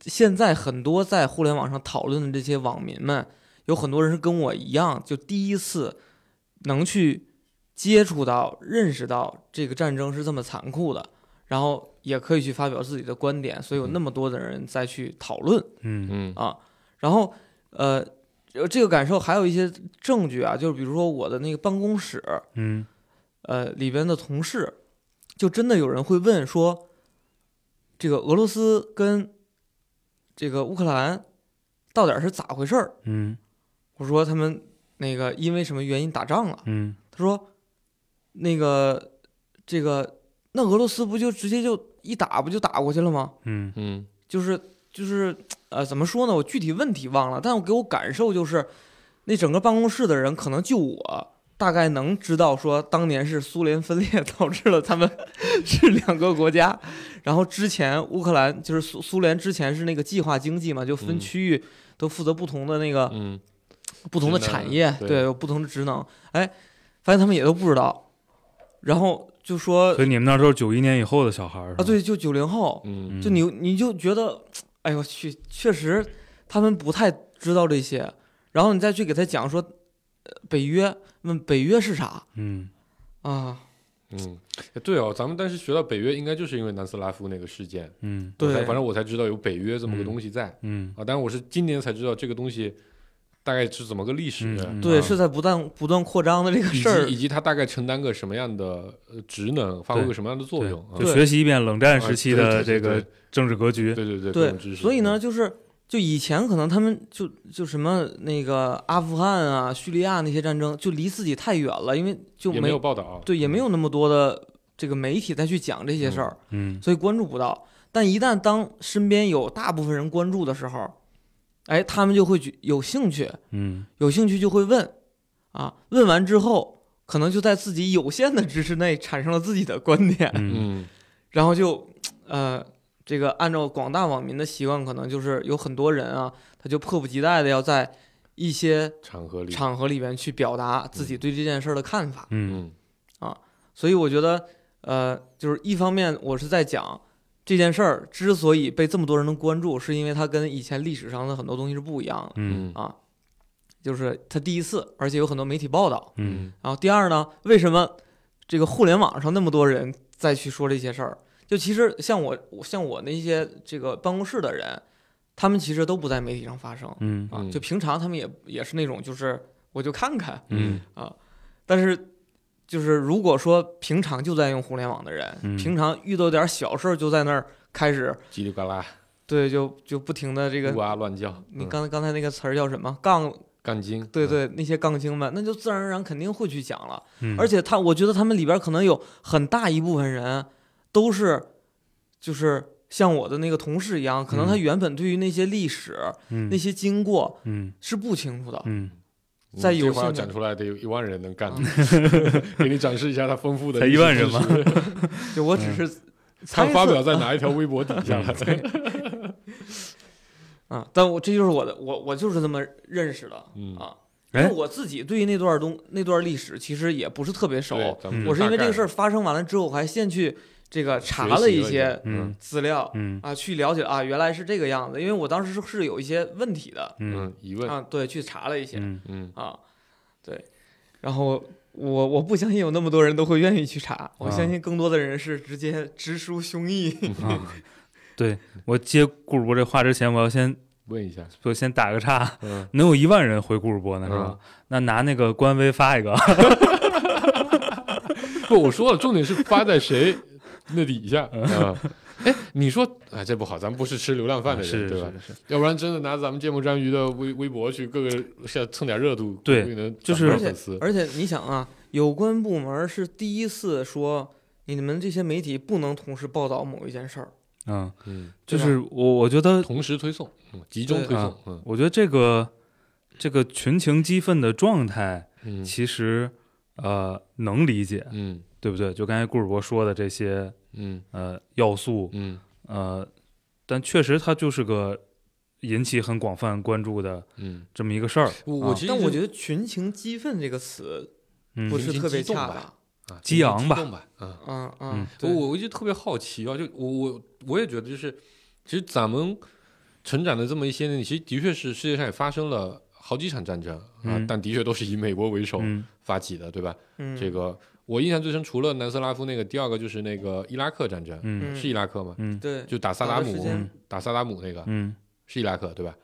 C: 现在很多在互联网上讨论的这些网民们，有很多人是跟我一样，就第一次能去接触到、认识到这个战争是这么残酷的，然后也可以去发表自己的观点，所以有那么多的人再去讨论。
D: 嗯
E: 嗯
C: 啊，然后呃，呃这个感受还有一些证据啊，就是比如说我的那个办公室，
D: 嗯
C: 呃，里边的同事，就真的有人会问说，这个俄罗斯跟这个乌克兰到底是咋回事儿？
D: 嗯
C: 我说他们那个因为什么原因打仗了？
D: 嗯
C: 他说，那个这个那俄罗斯不就直接就一打不就打过去了吗？
D: 嗯
E: 嗯
C: 就是就是呃，怎么说呢？我具体问题忘了，但我给我感受就是，那整个办公室的人可能就我大概能知道说，当年是苏联分裂 导致了他们是两个国家，然后之前乌克兰就是苏苏联之前是那个计划经济嘛，就分
E: 嗯
C: 区域都负责不同的那个、
E: 嗯
C: 不同的
E: 职能
C: 产业，
E: 对
C: 有不同的职能，哎，发现他们也都不知道，然后就说
D: 所以你们那都是九一年以后的小孩儿
C: 啊，，对，就九零后，
E: 嗯
D: 是吧
C: 就你你就觉得，哎呦我去，确实他们不太知道这些，然后你再去给他讲说，呃北约问北约是啥
D: 嗯
C: 啊？
E: 嗯，对哦，咱们当时学到北约，应该就是因为南斯拉夫那个事件，
D: 嗯
E: 我才
C: 对，
E: 反正我才知道有北约这么个东西在、
D: 嗯
E: 啊。当然我是今年才知道这个东西大概是怎么个历史，
D: 嗯
C: 对，
E: 啊
C: 是在不断不断扩张的这个
E: 以
C: 事儿
E: 及以，及它大概承担个什么样的呃职能，发挥
D: 对
E: 个什么样的作
D: 对
E: 用。啊
D: 就学习一遍冷战
E: 啊
D: 时期
E: 对
D: 的
E: 对
D: 这
E: 对
D: 个政治格局，
E: 对对对，各种知
C: 对，
E: 识嗯
C: 所以呢，，就是就以前可能他们就就什么那个阿富汗啊、叙利亚那些战争，就离自己太远了，因为就
E: 也没有报道，啊
C: 对也没有那么多的这个媒体再去讲这些事儿，
D: 嗯
C: 所以关注不到。但一旦当身边有大部分人关注的时候，哎，他们就会觉有兴趣，
D: 嗯
C: 有兴趣就会问，啊，问完之后，可能就在自己有限的知识内产生了自己的观点，
D: 嗯
E: 嗯，
C: 然后就，呃，这个按照广大网民的习惯，可能就是有很多人啊，他就迫不及待的要在一些
E: 嗯场合里，
C: 场合里边去表达自己对这件事儿的看法。
D: 嗯
E: 嗯
C: 所以我觉得，呃，就是一方面我是在讲这件事儿之所以被这么多人的关注，是因为它跟以前历史上的很多东西是不一样的，
D: 嗯
E: 嗯
C: 啊，就是它第一次，而且有很多媒体报道。
D: 嗯，
C: 然后第二呢，为什么这个互联网上那么多人再去说这些事儿？就其实像我，我像我那些这个办公室的人，他们其实都不在媒体上发声
D: 嗯
C: 啊
E: 嗯，
C: 就平常他们也也是那种就是我就看看，啊
D: 嗯
C: 但是就是如果说平常就在用互联网的人，
D: 嗯
C: 平常遇到点小事儿就在那儿开始
E: 叽里呱啦，
C: 对就就不停的这
E: 呜
C: 个。
E: 啊乱叫，
C: 你
E: 嗯
C: 刚才刚才那个词儿叫什么？杠，
E: 杠精，
C: 对
E: 嗯，
C: 对，那些杠精们，那就自然而然肯定会去讲了。
D: 嗯，
C: 而且他，我觉得他们里边可能有很大一部分人都是，就是像我的那个同事一样，可能他
D: 嗯
C: 原本对于那些历史、
D: 嗯
C: 那些经过
D: 嗯
C: 是不清楚的。
D: 嗯，
E: 嗯
C: 在
E: 这
C: 有限
E: 话要
C: 的
E: 讲出来得有一万人能干
C: 啊，
E: 给你展示一下它丰富的
D: 才
E: 历
D: 一
E: 史
D: 万人
E: 知
D: 吗
E: 识？
C: 就我只是猜
E: 看
C: 测
E: 发表在哪一条微博底下了。
C: 啊，但我这就是我的，我我就是这么认识的
E: 嗯
C: 啊。因
D: 哎
C: 为我自己对于那段东那段历史其实也不是特别熟，
E: 对，咱们
D: 嗯
C: 哦我是因为这个事
E: 儿
C: 儿发生完了之后，我还先去这个查
E: 了
C: 一
E: 下
C: 些
E: 嗯
D: 嗯
C: 资料。
D: 嗯
C: 啊，去了解啊，原来是这个样子，因为我当时是是有一些问题的
D: 嗯
E: 嗯疑问，
C: 啊，对，去查了一些，
D: 嗯
E: 嗯
C: 啊，对，然后我我不相信有那么多人都会愿意去查，我
D: 啊
C: 相信更多的人是直接直抒胸臆。
D: 啊，对我接顾主播这话之前，我要先
E: 问一下，
D: 我先打个岔，
E: 嗯，
D: 能有一万人回顾主播呢是吧？那拿那个官微发一个，
E: 不，我说了，重点是发 在谁那底下
D: 嗯
E: 啊？哎，你说，哎，这不好，咱们不是吃流量 饭的人，
D: 啊是
E: 对吧？
D: 是是，
E: 要不然真的拿咱们芥末章鱼的微微博去各个下蹭点热度，
D: 对
E: 估计能
D: 就是
E: 涨
C: 而
E: 到粉
C: 且
E: 丝，
C: 而且你想啊，有关部门是第一次说你们这些媒体不能同时报道某一件事儿，
D: 嗯，
E: 嗯，
D: 就是我我觉得
E: 同时推送，嗯集中
C: 对
E: 推
D: 啊
E: 送，嗯
D: 我觉得这个这个群情激愤的状态，
E: 嗯
D: 其实呃能理解，
E: 嗯
D: 对不对？就刚才顾主播说的这些
E: 嗯
D: 呃要素，
E: 嗯
D: 呃，但确实它就是个引起很广泛关注的
E: 嗯，
D: 这么一个事儿。
E: 我我
D: 啊
E: 其实
C: 但我觉得“群情激愤”这个词
D: 嗯
C: 不是特别恰
E: 群情激动
C: 当。
E: 得
D: 激昂吧，
E: 嗯。哦
C: 嗯嗯
D: 嗯，
E: 我
C: 对，
E: 我我一直特别好奇啊，就我我我也觉得就是，其实咱们成长的这么一些年，其实的确是世界上也发生了好几场战争啊，
D: 嗯
E: 但的确都是以美国为首
D: 嗯
E: 发起的，对吧？
C: 嗯
E: 这个我印象最深，除了南斯拉夫那个，第二个就是那个伊拉克战争，
D: 嗯
C: 嗯
E: 是伊拉克吗？
D: 嗯
C: 对，
E: 就打萨达
C: 打的时
E: 姆
C: 间，
E: 打萨达姆那个
D: 嗯
E: 是伊拉 克对吧？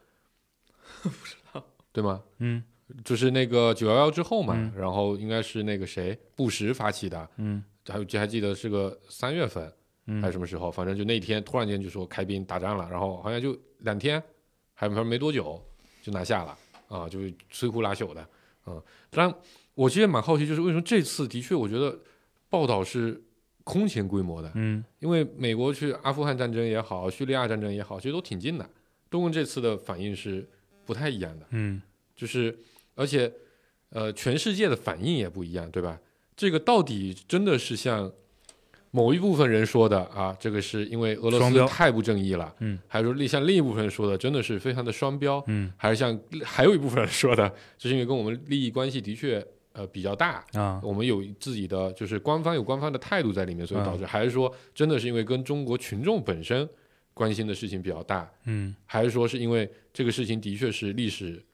E: 不知道，对吗？
D: 嗯
E: 就是那个九幺幺之后嘛，
D: 嗯
E: 然后应该是那个谁布什发起的，
D: 嗯
E: 还有还记得是个三月份，
D: 嗯，
E: 还是什么时候，反正就那天突然间就说开兵打仗了，然后好像就两天，还反正没多久就拿下了啊，就摧枯拉朽的，嗯，当然我其实也蛮好奇，就是为什么这次的确我觉得报道是空前规模的，
D: 嗯
E: 因为美国去阿富汗战争也好，叙利亚战争也好，其实都挺近的，中国这次的反应是不太一样的，
D: 嗯
E: 就是而且呃，全世界的反应也不一样，对吧？这个到底真的是像某一部分人说的啊，这个是因为俄罗
D: 双标
E: 斯太不正义了，
D: 嗯，
E: 还是说像另一部分人说的真的是非常的双标，
D: 嗯
E: 还是像还有一部分人说的，就是因为跟我们利益关系的确呃比较大。
D: 啊
E: 我们有自己的，就是官方有官方的态度在里面，所以
D: 啊
E: 导致还是说，真的是因为跟中国群众本身关心的事情比较大，
D: 嗯
E: 还是说是因为这个事情的确是历史
D: 哎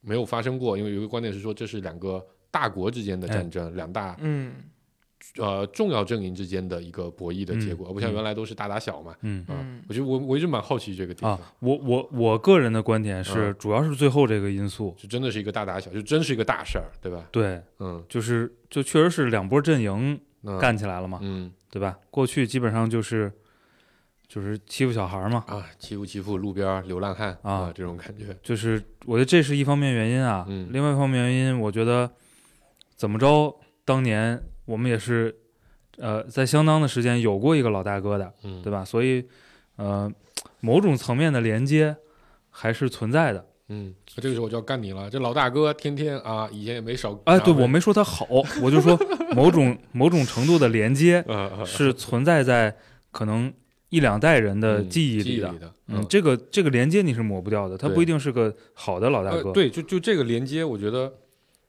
E: 没有发生过？因为有一个观点是说，这是两个大国之间的战争，两大
C: 嗯
E: 呃重要阵营之间的一个博弈的结果，而不像原来都是打打小嘛。
D: 嗯
E: 啊
C: 嗯
E: 我觉得我我一直蛮好奇这个地方，
D: 啊，我我我个人的观点是，主要是最后这个因素，
E: 就真的是一个大打小，就真是一个大事儿，对吧？
D: 对，
E: 嗯，
D: 就是就确实是两波阵营
E: 那
D: 干起来了嘛，
E: 嗯
D: 对吧？过去基本上就是就是欺负小孩嘛，
E: 啊，欺负欺负路边儿流浪汉
D: 啊
E: 这种感觉，
D: 就是我觉得这是一方面原因啊，
E: 嗯
D: 另外一方面原因，我觉得怎么着，当年我们也是呃在相当的时间有过一个老大哥的，
E: 嗯，
D: 对
E: 吧？
D: 吧？所以呃某种层面的连接还是存在的。
E: 嗯，这个时候我就要干你了，这老大哥天天啊，以前也没少
D: 哎，对
E: 拿回
D: 我没说他好， 我就说某种某种程度的连接
E: 呃呃
D: 是存在在可能一两代人的呃
E: 嗯
D: 记忆
E: 记
D: 里
E: 忆
D: 的。
E: 里的，
D: 嗯，这个这个连接你是抹不掉的，他
E: 对
D: 不一定是个好的老大
E: 呃
D: 哥。，
E: 对，就就这个连接，我觉得，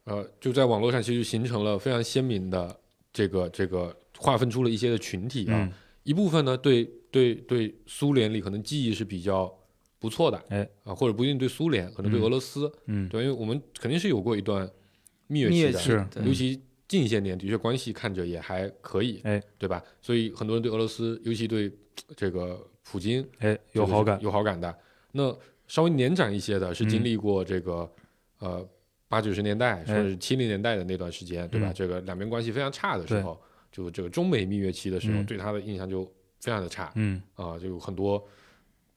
E: 呃，就在网络上其实就形成了非常鲜明的这个这个划分出了一些的群体啊，
D: 嗯，
E: 一部分呢对对对苏联里可能记忆是比较不错的，
D: 哎
E: 啊，或者不一定对苏联，可能对
D: 嗯
E: 俄罗斯，
D: 嗯，
E: 对，因为我们肯定是有过一段蜜月
C: 蜜
E: 期
C: 月
E: 的，
C: 期
D: 是
C: 对
E: 尤其近些年的确关系看着也还可以，
D: 哎，
E: 对吧？所以很多人对俄罗斯，尤其对这个普京
D: 哎，有好感嗯
E: 这个是。有好感的。那稍微年长一些的是经历过这个、呃八九十年代甚至七零年代的那段时间，对吧？
D: 哎嗯
E: 这个两边关系非常差的时候，就这个中美蜜月期的时候，
D: 嗯
E: 对他的印象就非常的差啊、
D: 嗯
E: 就有很多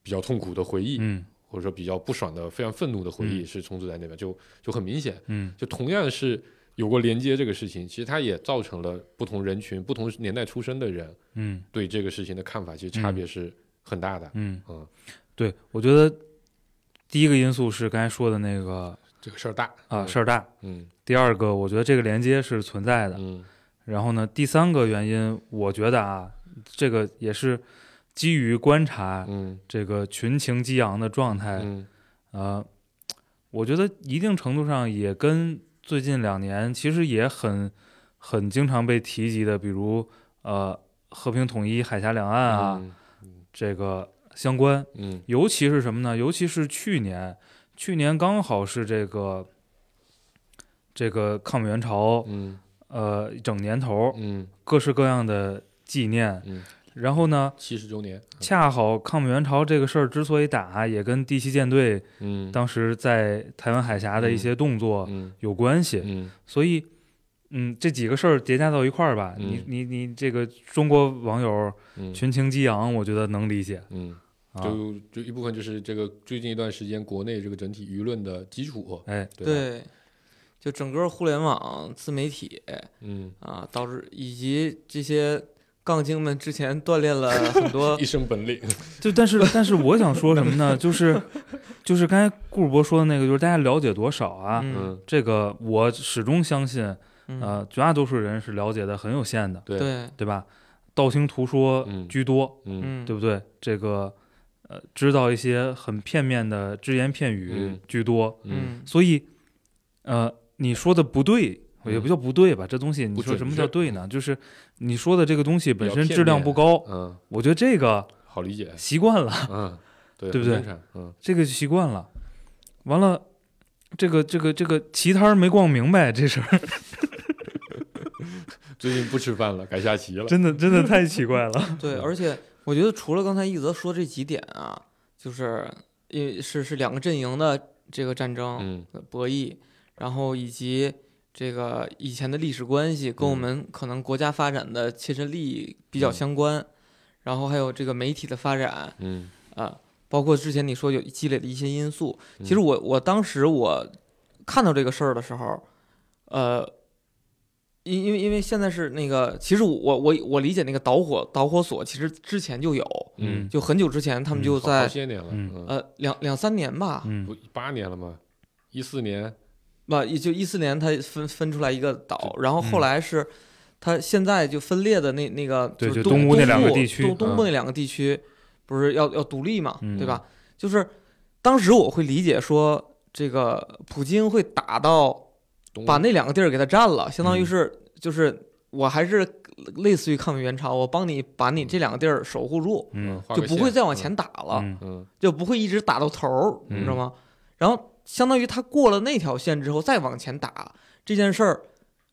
E: 比较痛苦的回忆，
D: 嗯
E: 或者说比较不爽的、非常愤怒的回忆
D: 嗯
E: 是充斥在那边，就就很明显。
D: 嗯
E: 就同样是有过连接这个事情，其实它也造成了不同人群、不同年代出生的人
D: 嗯
E: 对这个事情的看法，其实差别是很大的。
D: 嗯
E: 嗯
D: 对，我觉得第一个因素是刚才说的那个
E: 这个事儿大
D: 啊事儿大。
E: 嗯
D: 第二个，我觉得这个连接是存在的。
E: 嗯
D: 然后呢，第三个原因，我觉得啊，这个也是基于观察
E: 嗯
D: 这个群情激昂的状态，
E: 嗯
D: 呃，我觉得一定程度上也跟最近两年其实也很很经常被提及的，比如呃和平统一、海峡两岸啊、这个相关。
E: 嗯
D: 尤其是什么呢？尤其是去年，去年刚好是这个这个抗美援朝
E: 嗯
D: 呃一整年头，
E: 嗯
D: 各式各样的纪念。
E: 嗯，
D: 然后呢，
E: 七十周年，嗯
D: 恰好抗美援朝这个事儿之所以打，也跟第七舰队
E: 嗯
D: 当时在台湾海峡的一些动作
E: 嗯
D: 有关系。
E: 嗯
D: 所以，嗯，这几个事儿叠加到一块儿吧，
E: 嗯
D: 你你你这个中国网友
E: 嗯
D: 群情激昂，我觉得能理解
E: 嗯，
D: 啊。
E: 就就一部分就是这个最近一段时间国内这个整体舆论的基础，
D: 哎，
E: 对吧，
C: 对，就整个互联网自媒体
E: 嗯，
C: 啊，导致以及这些杠精们之前锻炼了很多
E: 一身本领，
D: 就但是但是我想说什么 呢？就是就是刚才顾主播说的那个，就是大家了解多少啊？
C: 嗯
E: 嗯，啊
D: 这个我始终相信，
C: 嗯
D: 呃，绝大多数人是了解的很有限的，
E: 对，
C: 对
D: 对吧？道听途说
E: 嗯
D: 居多，
E: 嗯
C: 嗯
D: 对不对？这个呃，知道一些很片面的只言片语
E: 嗯
D: 居多，
E: 嗯
C: 嗯
D: 所以呃，你说的不对。
E: 嗯
D: 也不叫不对吧，这东西你
E: 不
D: 说
E: 准
D: 什么
E: 确嗯
D: 叫对呢？就是你说的这个东西本
E: 比较
D: 身
E: 片
D: 质量
E: 面
D: 不高，
E: 嗯，
D: 我觉得这个
E: 好 理解，
D: 习惯了，
E: 嗯，对
D: 对不
E: 很
D: 对
E: 正常嗯
D: 这个就习惯了。完了，这个这个这个棋摊儿没逛明白，这事 儿
E: 最近不吃饭了，改下棋了，
D: 真的真的太奇怪 了。
C: 对，
E: 嗯
C: 而且我觉得除了刚才一泽说这几点啊，就是因为是是两个阵营的这个战争
E: 嗯
C: 呃博弈，然后以及这个以前的历史关系跟我
E: 嗯
C: 们可能国家发展的切身利益比较
E: 嗯
C: 相关，然后还有这个媒体的发展啊、
E: 嗯
C: 包括之前你说有积累的一些因素。其实
E: 嗯
C: 我我当时我看到这个事儿的时候，呃。因因为因为现在是那个，其实我我我理解那个导火导火索，其实之前就有，
E: 嗯，
C: 就很久之前，他们
D: 嗯
C: 就
E: 好
C: 在
E: 好、些年了，
D: 嗯
E: 嗯，
C: 呃两两三年吧，
D: 嗯
E: 不八年了吗？一四年，
C: 吧也就一四年它分分出来一个岛，然后后
D: 嗯
C: 来是它现在就分裂的那那个
D: 对
C: 就是
D: 就
C: 东
D: 东
C: 部
D: 乌那两个地区
C: 东东部
E: 嗯
C: 那两个地区不是要要独立嘛，
D: 嗯
C: 对吧？就是当时我会理解说，这个普京会打到
E: 东
C: 把
E: 欧
C: 那两个地儿给他占了，相当于
D: 嗯
C: 是就是我还是类似于抗美援朝，我帮你把你这两个地儿守护住，
D: 嗯
E: 画
C: 就
E: 个
C: 不会
E: 线
C: 再往前，打了。
D: 嗯
E: 嗯
C: 就不会一直打到头儿，
E: 嗯
C: 你知道吗？然后相当于他过了那条线之后再往前打这件事儿，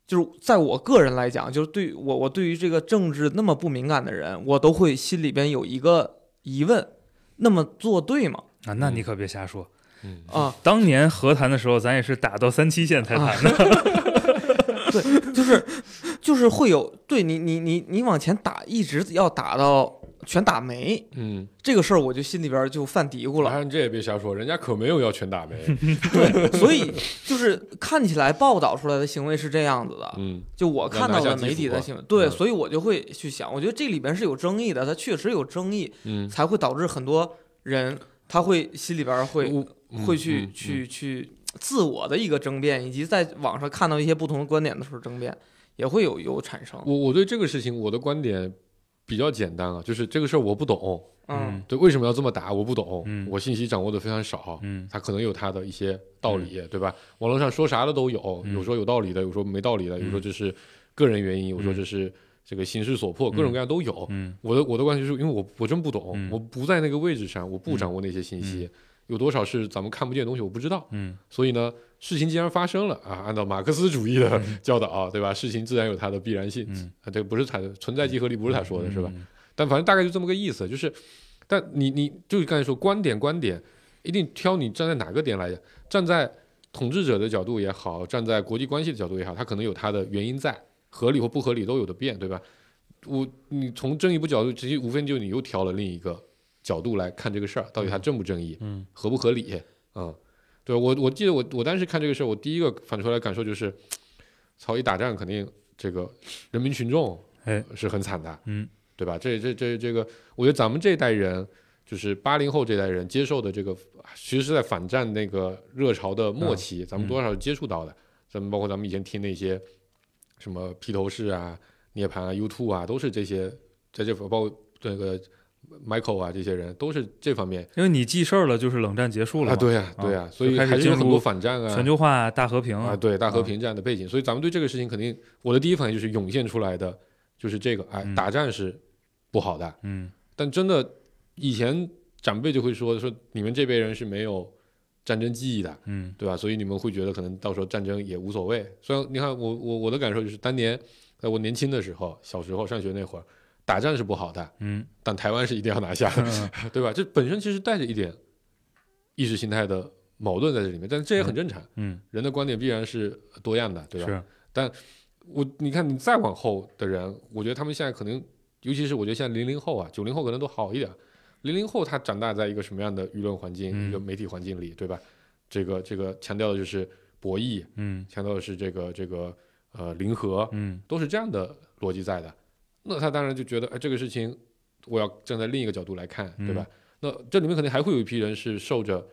C: 就是在我个人来讲，就是对我我对于这个政治那么不敏感的人，我都会心里边有一个疑问：那么做对吗？
D: 啊，那你可别瞎说。
E: 嗯
C: 啊，
D: 当年和谈的时候，咱也是打到三七线才谈的。
C: 啊 对，就是就是会有对你你你你往前打，一直要打到全打没
E: 嗯，
C: 这个事儿，我就心里边就犯嘀咕了。
E: 当然这也别瞎说，人家可没有要全打没。
C: 所以就是看起来报道出来的行为是这样子的，
E: 嗯
C: 就我看到了媒体的新闻，对，
E: 嗯
C: 所以我就会去想，我觉得这里边是有争议的，它确实有争议，
E: 嗯，
C: 才会导致很多人他会心里边会
E: 我
C: 会去
E: 嗯嗯
C: 去去自我的一个争辩，以及在网上看到一些不同的观点的时候争辩，也会有有产生，
E: 我我对这个事情我的观点比较简单啊，就是这个事儿我不懂，
C: 嗯
E: 对，为什么要这么打我不懂，
D: 嗯
E: 我信息掌握的非常 少，
D: 嗯
E: 它可能有它的一些道理，对吧？网络上说啥的都有，
D: 嗯
E: 有说有道理的，有说没道理的，有说这是个人原因，有说这是这个形势所迫，各种各样都有。
D: 嗯
E: 我的我的观点就是因为我我真不懂，
D: 嗯
E: 我不在那个位置上，我不掌握那些信息，有多少是咱们看不见的东西，我不知道。
D: 嗯
E: 所以呢，事情既然发生了啊，按照马克思主义的教导啊，对吧？事情自然有它的必然性，
D: 嗯
E: 啊，这个不是他的存在即合理，不是他说的，是吧？
D: 嗯
E: 但反正大概就这么个意思，就是，但你你就是刚才说观点观点，一定挑你站在哪个点来讲，站在统治者的角度也好，站在国际关系的角度也好，他可能有他的原因在，合理或不合理都有的变，对吧？我你从正义不角度，其实无非就你又挑了另一个角度来看这个事儿，到底它正不正义，
D: 嗯，
E: 合不合理，嗯，对我我记得我我当时看这个事儿，我第一个反出来的感受就是，操，一打仗肯定这个人民群众
D: 哎
E: 是很惨的，
D: 嗯，
E: 对吧？这这这这个，我觉得咱们这一代人，就是八零后这代人接受的这个，其实是在反战那个热潮的
D: 嗯
E: 末期，咱们多少是接触到的。咱们包括咱们以前听那些什么披头士啊、涅槃啊、U t 啊，都是这些，在这包括这个 Michael 啊这些人，都是这方面
D: 因为你记事儿了，就是冷战结束了
E: 啊，
D: 嘛，
E: 对呀、
D: 啊
E: 对呀、所以
D: 就开始
E: 还是有
D: 进入
E: 很多反战啊、
D: 全球化大和平
E: 啊，对大和平这样的背景，所以咱们对这个事情肯定，我的第一反应就是涌现出来的就是这个，哎，
D: 嗯
E: 打战是不好的，
D: 嗯
E: 但真的以前长辈就会说说你们这辈人是没有战争记忆的，
D: 嗯
E: 对吧？所以你们会觉得可能到时候战争也无所谓。虽然你看我我我的感受就是，当年在我年轻的时候，小时候上学那会儿，打仗是不好的，
D: 嗯
E: 但台湾是一定要拿下，
D: 嗯
E: 对吧？这本身其实带着一点意识形态的矛盾在这里面，但是这也很正常，
D: 嗯，
E: 人的观点必然是多样的，对吧？
D: 是，啊
E: 我你看，你再往后的人，我觉得他们现在可能，尤其是我觉得现在零零后啊，九零后可能都好一点。零零后他长大在一个什么样的舆论环境、
D: 嗯
E: 一个媒体环境里，对吧？这个这个强调的就是博弈，
D: 嗯
E: 强调的是这个这个呃零和，
D: 嗯
E: 都是这样的逻辑在的。那他当然就觉得，哎，这个事情我要站在另一个角度来看，
D: 嗯
E: 对吧？那这里面肯定还会有一批人是受着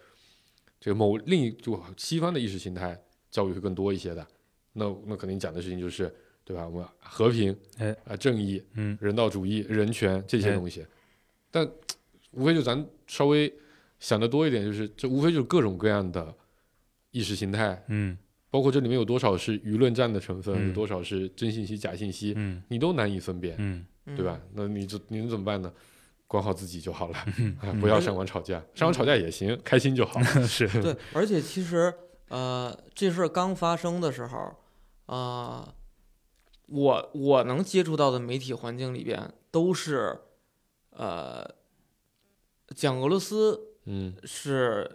E: 这个某另一就西方的意识形态教育会更多一些的。那那肯定讲的事情就是，对吧？我们和平，
D: 哎
E: 啊、正义、
D: 嗯
E: 人道主义、人权这些
D: 哎
E: 东西。但无非就咱稍微想的多一点，就是这无非就是各种各样的意识形态，
D: 嗯
E: 包括这里面有多少是舆论战的成分，
D: 嗯
E: 有多少是真信息、假信息，
D: 嗯
E: 你都难以分辨，
D: 嗯
E: 对吧？那你就你能怎么办呢？管好自己就好 了，啊不要上网吵架，上网吵架也行，开心就好。
D: 嗯，是，
C: 嗯？对，而且其实呃，这事儿刚发生的时候啊、我我能接触到的媒体环境里边都是呃，讲俄罗斯
E: 嗯
C: 是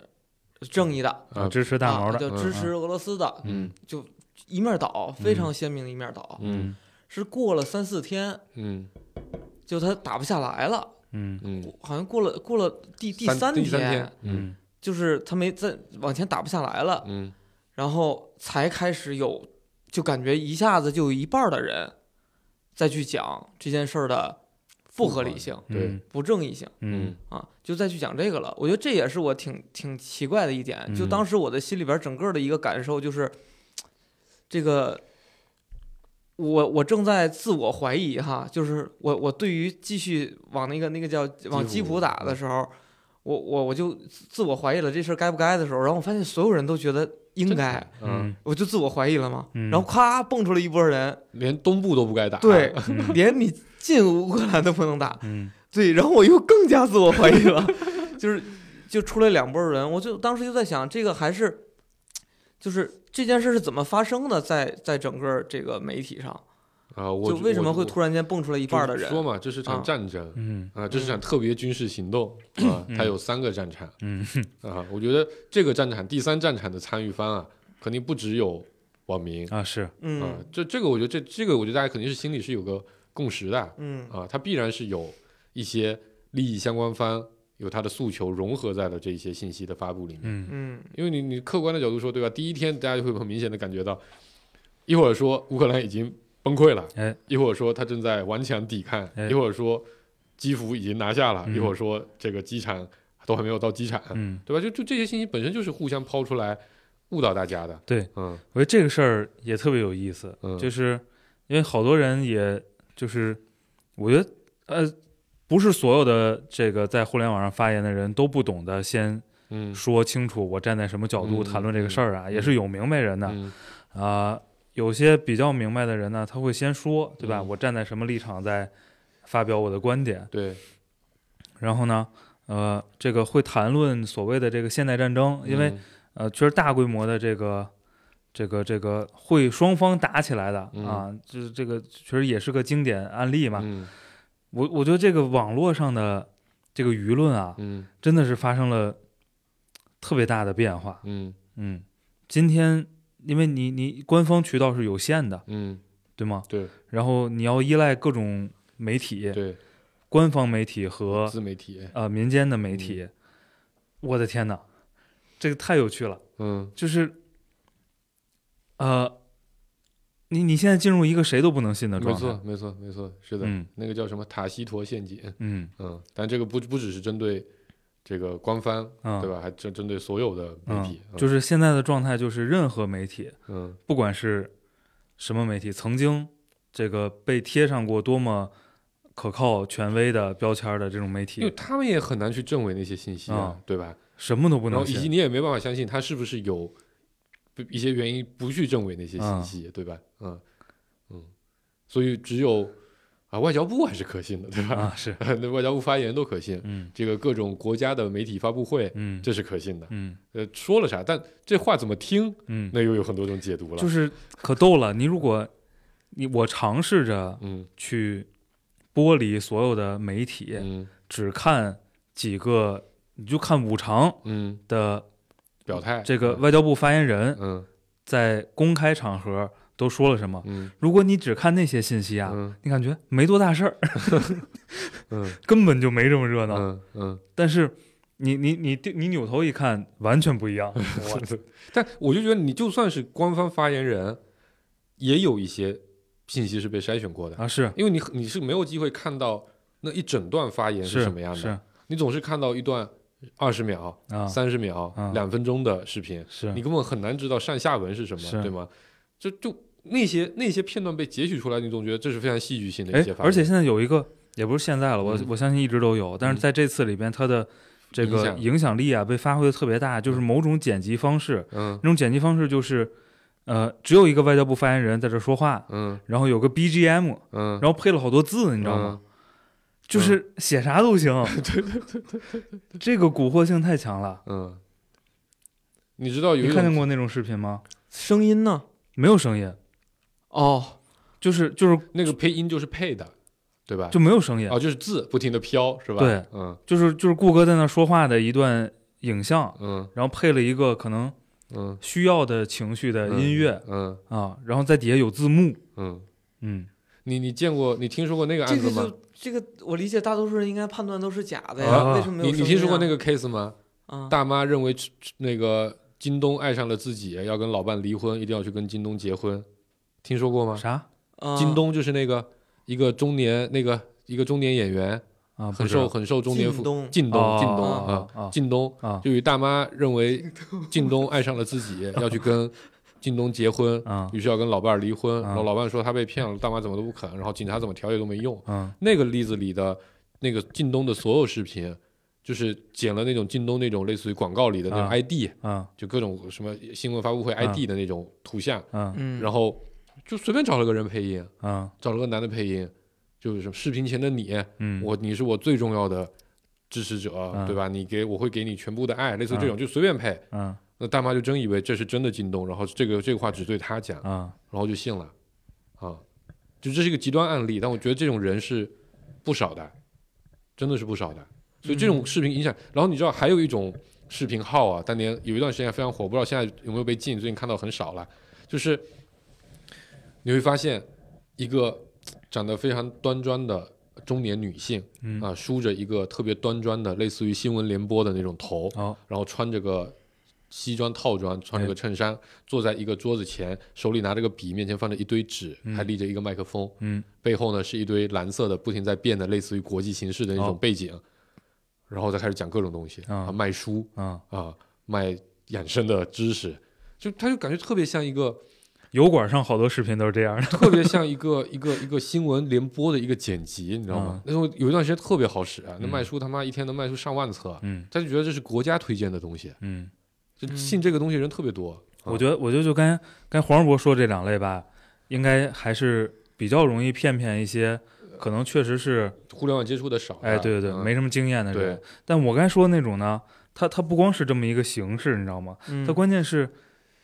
C: 正义的，
D: 啊
E: 啊
D: 支持大毛
C: 啊、
D: 的，嗯
C: 就支持俄罗斯的，
E: 嗯
C: 一面倒，非常鲜明的一面倒。
E: 嗯
C: 是过了三四天，
E: 嗯
C: 就他打不下来了，
D: 嗯
E: 嗯，
C: 好像过了过了第第
E: 三
C: 天，
E: 第三天，嗯
D: 嗯
C: 就是他没再往前打不下来了，
E: 嗯
C: 然后才开始有，就感觉一下子就有一半的人再去讲这件事儿的不合理性、
E: 对
D: 嗯
C: 不正义性
D: 嗯
C: 啊，就再去讲这个了。我觉得这也是我挺挺奇怪的一点，就
D: 嗯
C: 当时我的心里边整个的一个感受就是，这个我我正在自我怀疑哈，就是我我对于继续往那个那个叫往基嗯
E: 基辅
C: 普打的时候，我我我就自我怀疑了这事儿该不该的时候，然后我发现所有人都觉得应该，
E: 嗯，
C: 我就自我怀疑了嘛，
D: 嗯
C: 然后咔蹦出了一波人，
E: 连东部都不该打，
C: 对，
D: 嗯
C: 连你进乌克兰都不能打，
D: 嗯
C: 对，然后我又更加自我怀疑了，就是就出来两拨人，我就当时就在想，这个还是就是这件事是怎么发生的在，在整个这个媒体上，
E: 啊，我
C: 就为什么会突
E: 然
C: 然间蹦出来一半的人？
E: 说嘛，这是
C: 啊
E: 场战争
D: 嗯
E: 啊，这是场特别军事行动啊，它有三个战场
D: 嗯，
E: 啊，我觉得这个战场第三战场的参与方啊，肯定不只有网民
D: 啊是，
E: 啊
C: 嗯，
E: 这这个我觉得这这个我觉得大家肯定是心里是有个共识的
C: 嗯
E: 啊，它必然是有一些利益相关方有他的诉求融合在了这一些信息的发布里面。
D: 嗯
C: 嗯
E: 因为你你客观的角度说，对吧？第一天大家就会很明显的感觉到，一会儿说乌克兰已经崩溃了，
D: 哎
E: 一会儿说他正在顽强抵抗，
D: 哎
E: 一会儿说基辅已经拿下了，
D: 嗯
E: 一会儿说这个机场都还没有到机场，
D: 嗯，
E: 对吧？就就这些信息本身就是互相抛出来误导大家的。
D: 对，
E: 嗯
D: 我觉得这个事儿也特别有意思，
E: 嗯
D: 就是因为好多人也就是，我觉得呃，不是所有的这个在互联网上发言的人都不懂得先
E: 嗯
D: 说清楚我站在什么角度
E: 嗯
D: 谈论这个
E: 嗯
D: 事儿啊，
E: 嗯
D: 也是有明白人的啊、
E: 嗯
D: 有些比较明白的人呢，他会先说，对吧？
E: 嗯
D: 我站在什么立场在发表我的观点，
E: 对，
D: 然后呢，呃，这个会谈论所谓的这个现代战争，因
E: 嗯
D: 为、呃，确实大规模的这个这个这个会双方打起来的、
E: 嗯
D: 啊，就是这个确实也是个经典案例嘛。
E: 嗯
D: 我我觉得这个网络上的这个舆论啊，
E: 嗯
D: 真的是发生了特别大的变化。
E: 嗯
D: 嗯，今天因为你你官方渠道是有限的，
E: 嗯，
D: 对吗？
E: 对
D: 然后你要依赖各种媒体，
E: 对，嗯
D: 官方媒体和
E: 自媒体，
D: 呃民间的
E: 嗯
D: 媒体。我的天哪，这个太有趣了！
E: 嗯
D: 就是，呃，你你现在进入一个谁都不能信的
E: 没
D: 状态
E: 错，没错没错，是的，
D: 嗯
E: 那个叫什么塔西佗陷阱，
D: 嗯
E: 嗯，但这个不不只是针对这个官方，
D: 嗯，
E: 对吧？还针针对所有的媒体，
D: 嗯，就是现在的状态，就是任何媒体，
E: 嗯
D: 不管是什么媒体，曾经这个被贴上过多么可靠、权威的标签儿的这种媒
E: 因为
D: 体，
E: 他们也很难去证伪那些信息啊，
D: 嗯
E: 对吧？
D: 什么都不
E: 然
D: 能
E: 后以及
D: 信。
E: 你也没办法相信他是不是有一些原因不去证伪那些信息，对吧？嗯嗯，所以只有啊外交部还是可信的，对吧？
D: 啊，是，
E: 那外交部发言都可信，
D: 嗯
E: 这个各种国家的媒体发布会。
D: 嗯
E: 这是可信的，
D: 嗯
E: 呃，说了啥？但这话怎么听，
D: 嗯，
E: 那又有很多种解读了。
D: 就，是可逗了。你如果你我尝试着
E: 嗯
D: 去剥离所有的媒体，
E: 嗯
D: 只看几个，你就看五常
E: 嗯，
D: 的
E: 表态
D: 这个，外交部发言人
E: 嗯
D: 在公开场合都说了什么。
E: 嗯
D: 如果你只看那些信息啊，
E: 嗯
D: 你感觉没多大事儿，
E: 嗯
D: 根本就没这么热闹。
E: 嗯嗯，
D: 但是你你你你扭头一看，完全不一 样。哇
E: 但我就觉得你就算是官方发言人，也有一些信息是被筛选过的，
D: 啊，是
E: 因为你你是没有机会看到那一整段发言
D: 是
E: 什么样的，
D: 是
E: 你总是看到一段二十秒、
D: 啊，
E: 三十秒、
D: 啊
E: 两分钟的视频，
D: 是
E: 你根本很难知道上下文是什
D: 嗯是
E: 么，对吗？就就那些那些片段被截取出来，你总觉得这是非常戏剧性的
D: 哎
E: 一些，发言，
D: 而且现在有一个，也不是现在了，我、
E: 嗯
D: 我相信一直都有，但是
E: 嗯
D: 在这次里边，它的这
E: 影
D: 个
E: 响
D: 影响力啊被发挥的特别大，就是某种剪辑方式，
E: 嗯
D: 那种剪辑方式就是，呃，只有一个外交部发言人在这说话，
E: 嗯
D: 然后有个 BGM，
E: 嗯
D: 然，后配了好多字，你
E: 你
D: 知道吗？？就是写啥都行。对对对对，这个蛊惑性太强了。
E: 嗯，你知道有
D: 你
E: 一
D: 看见
E: 种
D: 过那种视频吗？
C: 声音呢？
D: 没有声音，
C: 哦，
D: 就是就是
E: 那个配音就是配的，对吧？
D: 就没有声音，
E: 哦，就是字不停的飘，是吧？
D: 对，
E: 嗯
D: 就是就是顾哥在那说话的一段影像，
E: 嗯
D: 然后配了一个可能
E: 嗯，
D: 需要的情绪的音乐、
E: 嗯
D: 啊，然后在底下有字幕，
E: 嗯，
D: 嗯，
E: 你你见过你听说过那个
C: 这
E: 案
C: 个
E: 子吗？
C: 就这个，我理解大多数人应该判断都是假的呀，
D: 啊
C: 为什么没
E: 你
C: 有声音啊、
E: 你听说过那个 case 吗？
C: 啊？
E: 大妈认为吃吃那个京东爱上了自己，要跟老伴离婚，一定要去跟京东结婚，听说过吗？
D: 啥
C: 啊
E: 京东就是那个一个中年那个一个中年演员，
D: 啊？不
E: 很
D: 知道
E: 受很受中年妇
C: 靳东
E: 靳东靳东
D: 哦哦哦
E: 啊靳东
D: 啊
E: 就与大妈认为靳东爱上了自 己，要去跟靳东结婚，
D: 啊
E: 于是要跟老伴儿离婚。
D: 啊
E: 然后老伴儿说他被骗了，大妈怎么都不肯，然后警察怎么调解都没用。
D: 嗯
E: 那个例子里的那个靳东的所有视频，就是剪了那种靳东那种类似于广告里的那种
D: 啊
E: ID，、
D: 嗯
E: 就各种什么新闻发布会
D: 啊
E: ID 的那种图像，
D: 嗯
C: 嗯，
E: 然后就随便找了个人配音，
D: 嗯
E: 找了个男的配音，就是什么视频前的你，
D: 嗯，
E: 我你是我最重要的支持者，
D: 嗯
E: 对吧？你给我会给你全部的爱，类似于这种，就随便配。
D: 嗯
E: 那大妈就真以为这是真的进洞，然后这个这个话只对她讲，
D: 啊，
E: 然后就信了，啊，就这是一个极端案例，但我觉得这种人是不少的，真的是不少的。所以这
D: 嗯
E: 种视频影响，然后你知道还有一种视频号啊，当年有一段时间非常火，不知道现在有没有被禁，最近看到很少了。就是你会发现一个长得非常端庄的中年女性，
D: 嗯
E: 啊，梳着一个特别端庄的类似于新闻联播的那种头，
D: 哦，
E: 然后穿着个西装套装，穿着个衬衫，坐在一个桌子前，手里拿着个笔，面前放着一堆纸，还立着一个麦克风，
D: 嗯，
E: 背后呢是一堆蓝色的不停在变的类似于国际形势的那
D: 哦
E: 种背景，然后再开始讲各种东西
D: 啊
E: 啊，卖书
D: 啊，
E: 啊，卖养生的知识，就他就感觉特别像一个
D: 油管上好多视频都是这样的
E: 特别像一个 一个一个新闻联播的一个剪辑，你知道吗
D: 啊？
E: 那时候有一段时间特别好使啊，那卖书他妈一天能卖出上万册，
D: 嗯
E: 他就觉得这是国家推荐的东西，
D: 嗯，
E: 就信这个东西人特别多。
D: 我
E: 啊
D: 觉得，我觉得就刚才刚才黄世博说这两类吧，应该还是比较容易骗骗一些，可能确实是，
E: 互联网接触的少。
D: 哎，对对对，
E: 嗯
D: 没什么经验的人
E: 啊对。
D: 但我刚才说的那种呢，它它不光是这么一个形式，你知道吗？
C: 嗯
D: 它关键是，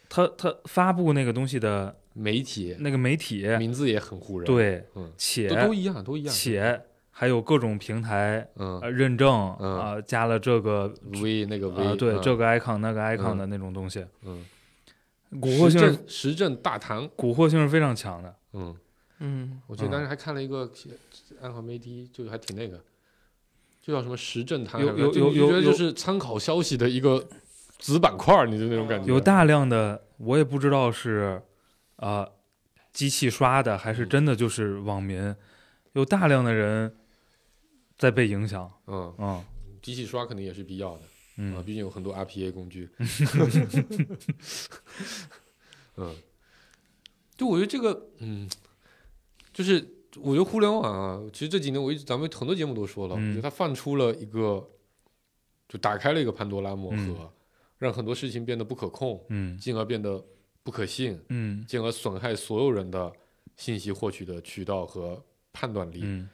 D: 它它发布那个东西的
E: 媒体
D: 那个媒体，
E: 名字也很唬人，，
D: 嗯对，
E: 嗯，
D: 且
E: 都都一样，都一样，
D: 且还有各种平台
E: 嗯
D: 呃认证
E: 嗯
D: 啊，加了这个
E: ，V 那个 V，
D: 啊，对
E: 嗯
D: 这个 icon 那个 icon
E: 嗯
D: 的那种东西，
E: 嗯，
D: 蛊惑性是
E: 时政时政大唐，
D: 蛊惑性是非常强的。
E: 嗯，
C: 嗯，
E: 我记得当时还看了一个暗号媒体，就还挺那个，就叫什么时政堂，
D: 有
E: 还是什么
D: 有
E: 就
D: 有
E: 就觉得
D: 有
E: 就是参考消息的一个子板块儿，你就那种感觉，
D: 有大量的我也不知道是啊、呃机器刷的
E: 嗯
D: 还是真的就是网民，有大量的人在被影响
E: 嗯，
D: 啊、
E: 机器刷肯定也是必要的
D: 嗯，
E: 啊，毕竟有很多 RPA 工 具，嗯，就我觉得这个，嗯，就是我觉得互联网啊，其实这几年我一直咱们很多节目都说了，
D: 嗯
E: 我觉得它放出了一个，就打开了一个潘多拉魔盒，
D: 嗯
E: 让很多事情变得不可控，
D: 嗯
E: 进而变得不可信，
D: 嗯
E: 进而损害所有人的信息获取的渠道和判断力。
D: 嗯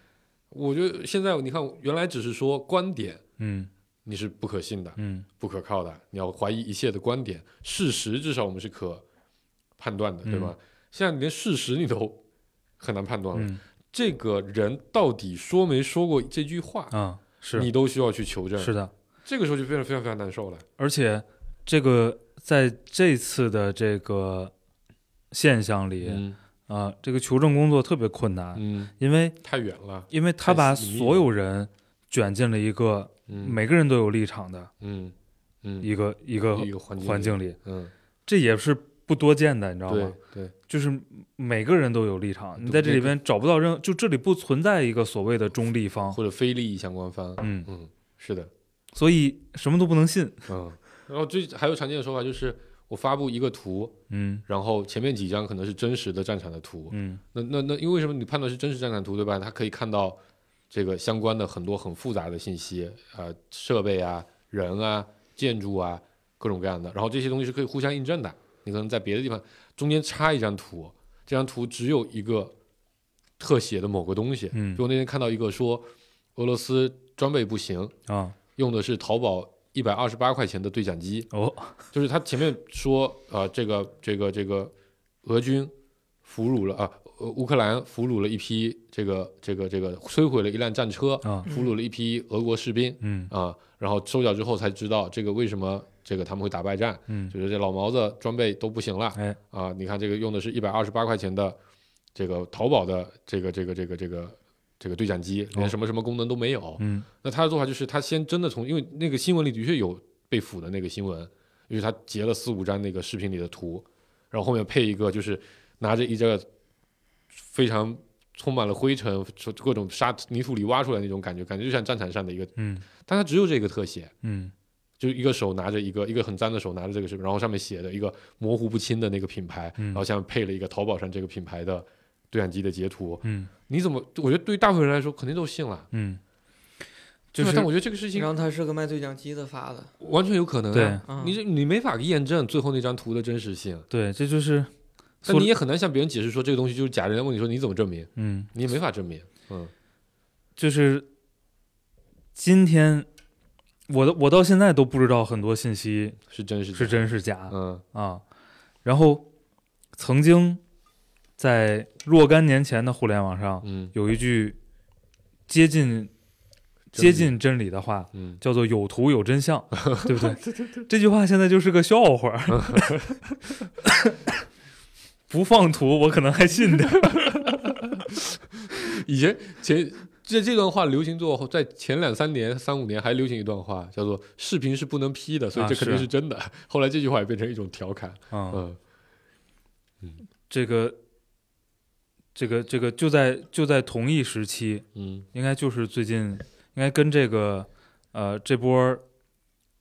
E: 我觉得现在你看，原来只是说观点
D: 嗯
E: 你是不可信的，
D: 嗯
E: 不可靠的，你要怀疑一切的观点，事实至少我们是可判断的，对吧？现在你连事实你都很难判断了，
D: 嗯
E: 这个人到底说没说过这句话，
D: 啊，
E: 你
D: 是
E: 都需要去求证，
D: 是的，
E: 这个时候就变得非常非常难受了。
D: 而且这个在这次的这个现象里啊、
E: 嗯
D: 这个求证工作特别困难，
E: 嗯，
D: 因为
E: 太远了，
D: 因为他把
E: 太私密了
D: 所有人卷进了一个
E: 嗯，
D: 每个人都有立场的
E: 嗯嗯
D: 一个一个
E: 一个环境
D: 环境里，
E: 嗯，
D: 这也是不多见的，你知道
E: 对嗯
D: 吗？
E: 对，
D: 就是每个人都有立场，
E: 对
D: 你在这里边找不到任，就这里不存在一个所谓的中立方，
E: 或者非利益相关方，
D: 哦嗯，
E: 嗯，是的，
D: 所以什么都不能信，
E: 嗯，然后最还有常见的说法就是我发布一个图，
D: 嗯
E: 然后前面几张可能是真实的战场的图，
D: 嗯
E: 那那那，因为为什么你判断是真实战场图对吧？它可以看到这个相关的很多很复杂的信息啊、呃设备啊、人啊、建筑啊，各种各样的。然后这些东西是可以互相印证的。你可能在别的地方中间插一张图，这张图只有一个特写的某个东西。
D: 嗯
E: 就我那天看到一个说，俄罗斯装备不行，
D: 啊
E: 用的是淘宝一百二十八块钱的对讲机。
D: 哦
E: 就是他前面说，呃，这个这个这个俄军俘虏了啊、呃，乌克兰俘虏了一批这个这个这个摧毁了一辆战车，
D: 啊
E: 俘虏了一批俄国士兵
D: 嗯
E: 啊、然后收缴之后才知道这个为什么这个他们会打败仗，
D: 嗯
E: 就是这老毛子装备都不行了，
D: 哎
E: 啊、你看这个用的是一百二十八块钱的这个淘宝的这个这个这个这个这个对讲机，连什么什么功能都没有，
D: 哦嗯
E: 那他的做法就是他先真的从，因为那个新闻里的确有被俘的那个新闻，因为他截了四五张那个视频里的图，然后后面配一个就是拿着一个非常充满了灰尘、各种沙泥土里挖出来那种感觉，感觉就像战场上的一个，
D: 嗯
E: 但他只有这个特写，
D: 嗯
E: 就一个手拿着一个一个很脏的手拿着这个视频，然后上面写的一个模糊不清的那个品牌，
D: 嗯
E: 然后下面配了一个淘宝上这个品牌的对讲机的截图，
D: 嗯
E: 你怎么？我觉得对于大部分人来说肯定都信了，
D: 嗯，就是
E: 但我觉得这个事情
C: 然后他是个卖对讲机的发的，
E: 完全有可能、啊，
D: 对
C: 嗯
E: 你这你没法验证最后那张图的真实性，
D: 对，这就是
E: 但
D: 所
E: 你也很难向别人解释说这个东西就是假人。家问你说你怎么证明，
D: 嗯
E: 你也没法证明。嗯
D: 就是今天我到我到现在都不知道很多信息
E: 是真是假
D: 是真是假
E: 嗯
D: 啊。然后曾经在若干年前的互联网上
E: 嗯
D: 有一句接近接近真理的话，
E: 嗯，
D: 叫做有图有真 相，对不对？ 这句话现在就是个笑话 儿。 不放图，我可能还信点儿。
E: 以前前这这段话流行做后，在前两三年、三五年还流行一段话，叫做“视频是不能 P 的”，所以
D: 啊
E: 这肯定
D: 是
E: 是真的。后来这句话也变成一种调侃。
D: 嗯，
E: 嗯
D: 这个，这个，这个就在就在同一时期，
E: 嗯
D: 应该就是最近，应该跟这个呃这波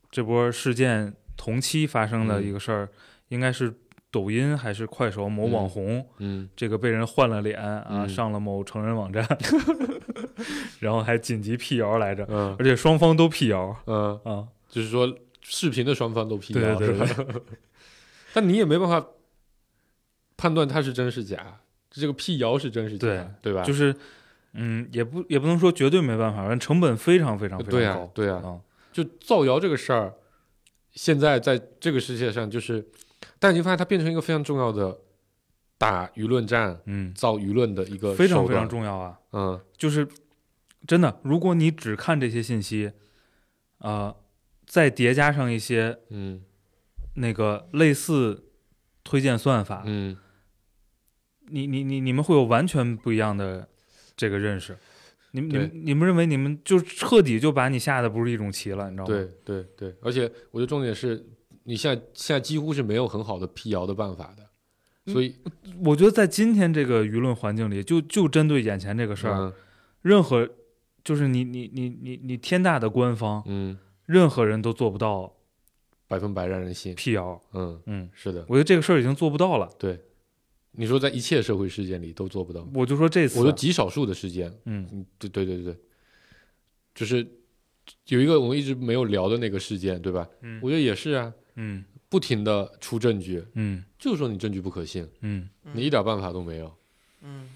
D: 这波事件同期发生的
E: 嗯
D: 一个事儿，应该是抖音还是快手某网红、
E: 嗯
D: 这个被人换了脸啊，
E: 嗯
D: 上了某成人网站， 然后还紧急辟谣来着，
E: 嗯
D: 而且双方都辟谣
E: 嗯，
D: 啊，
E: 就是说视频的双方都 P
D: 对
E: 掉
D: 对对
E: 是吧？ 但你也没办法判断它是真是假，这个辟谣是真是假，对吧？
D: 就是是嗯，也不也不能说绝对没办法，但成本非常非常非
E: 对
D: 常
E: 啊
D: 高，
E: 对啊，
D: 啊，
E: 就造谣这个事儿，现在在这个世界上，就是但已经发现它变成一个非常重要的打舆论战、
D: 嗯，
E: 造舆论的一个
D: 非常
E: 手
D: 非
E: 段
D: 常重要啊。
E: 嗯
D: 就是真的，如果你只看这些信息，呃，再叠加上一些
E: 嗯
D: 那个类似推荐算法，
E: 嗯，
D: 你你你你们会有完全不一样的这个认识。你们你们你们认为你们就彻底就把你吓得不是一种棋了，你知道吗？
E: 对对对，而且我觉得重点是你现在现在几乎是没有很好的辟谣的办法的，
D: 嗯
E: 所以
D: 我觉得在今天这个舆论环境里，就就针对眼前这个事儿，
E: 嗯
D: 任何就是你你你你你天大的官方，
E: 嗯，
D: 任何人都做不到
E: 百分百让人信，
D: 辟谣。
E: 嗯，
D: 嗯，
E: 是的，
D: 我觉得这个事儿已经做不到了。
E: 对，你说在一切社会事件里都做不到，
D: 我就说这次，啊
E: 我说极少数的事件，
D: 嗯
E: 嗯，对对对对，就是有一个我们一直没有聊的那个事件，对吧？
D: 嗯
E: 我觉得也是啊，
D: 嗯
E: 不停的出证据，
D: 嗯
E: 就是说你证据不可信，
D: 嗯
E: 你一点办法都没有，
C: 嗯，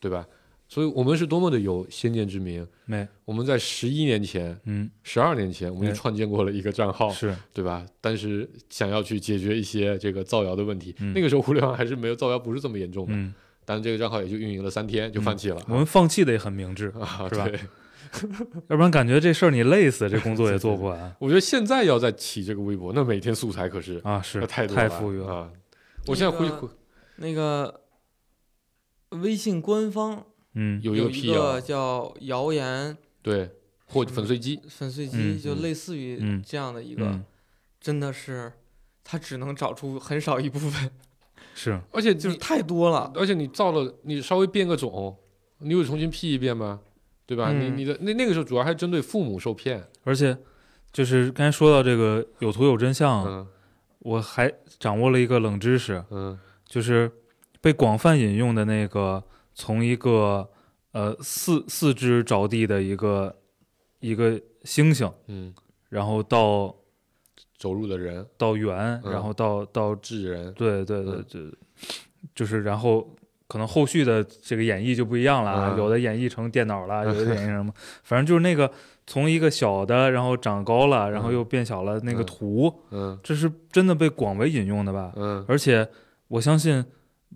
E: 对吧？所以我们是多么的有先见之明，
D: 没
E: 我们在十一年前、
D: 嗯
E: 十二年前，我们就
D: 嗯
E: 创建过了一个账号，
D: 是
E: 对吧？但是想要去解决一些这个造谣的问题，
D: 嗯
E: 那个时候互联网还是没有造谣不是这么严重的，
D: 嗯，
E: 但这个账号也就运营了三天就放弃了
D: 我们放弃的也很明智，
E: 啊，
D: 是吧
E: 对
D: 要不然感觉这事儿你累死，这工作也做不完
E: 我觉得现在要再起这个微博，那每天素材可是
D: 啊，是
E: 那太多
D: 太
E: 了
D: 富裕了，
E: 啊！我现在回
C: 那
E: 回
C: 个那个微信官方
D: 嗯
E: 有一
C: 有
E: 辟
C: 一
E: 谣
C: 个，叫谣言
E: 对，或粉碎机，
C: 粉碎
D: 嗯
C: 机，就
D: 嗯
C: 类似于
D: 嗯
C: 这样的一个
D: 嗯，
C: 真的是。它只能找出很少一部分，
D: 是
E: 而且
C: 就
E: 就是
C: 太多了。
E: 而且你造了，你稍微变个种，你又重新 P 一遍吗？对吧？你
C: 嗯
E: 你的那那个时候主要还针对父母受骗，
D: 而且就是刚才说到这个有图有真相，
E: 嗯
D: 我还掌握了一个冷知识，
E: 嗯
D: 就是被广泛引用的那个从一个呃四四肢着地的一个一个星星，
E: 嗯，
D: 然后到
E: 走路的人
D: 到圆，
E: 嗯
D: 然后到到
E: 智人，
D: 对对对
E: 嗯
D: 对，就是然后可能后续的这个演绎就不一样了啊，
E: 嗯
D: 有的演绎成电脑了，有的 演绎成什么，反正就是那个从一个小的，然后长高了，然后
E: 嗯
D: 又变小了那个
E: 嗯
D: 图，
E: 嗯
D: 这是真的被广为引用的吧？
E: 嗯
D: 而且我相信。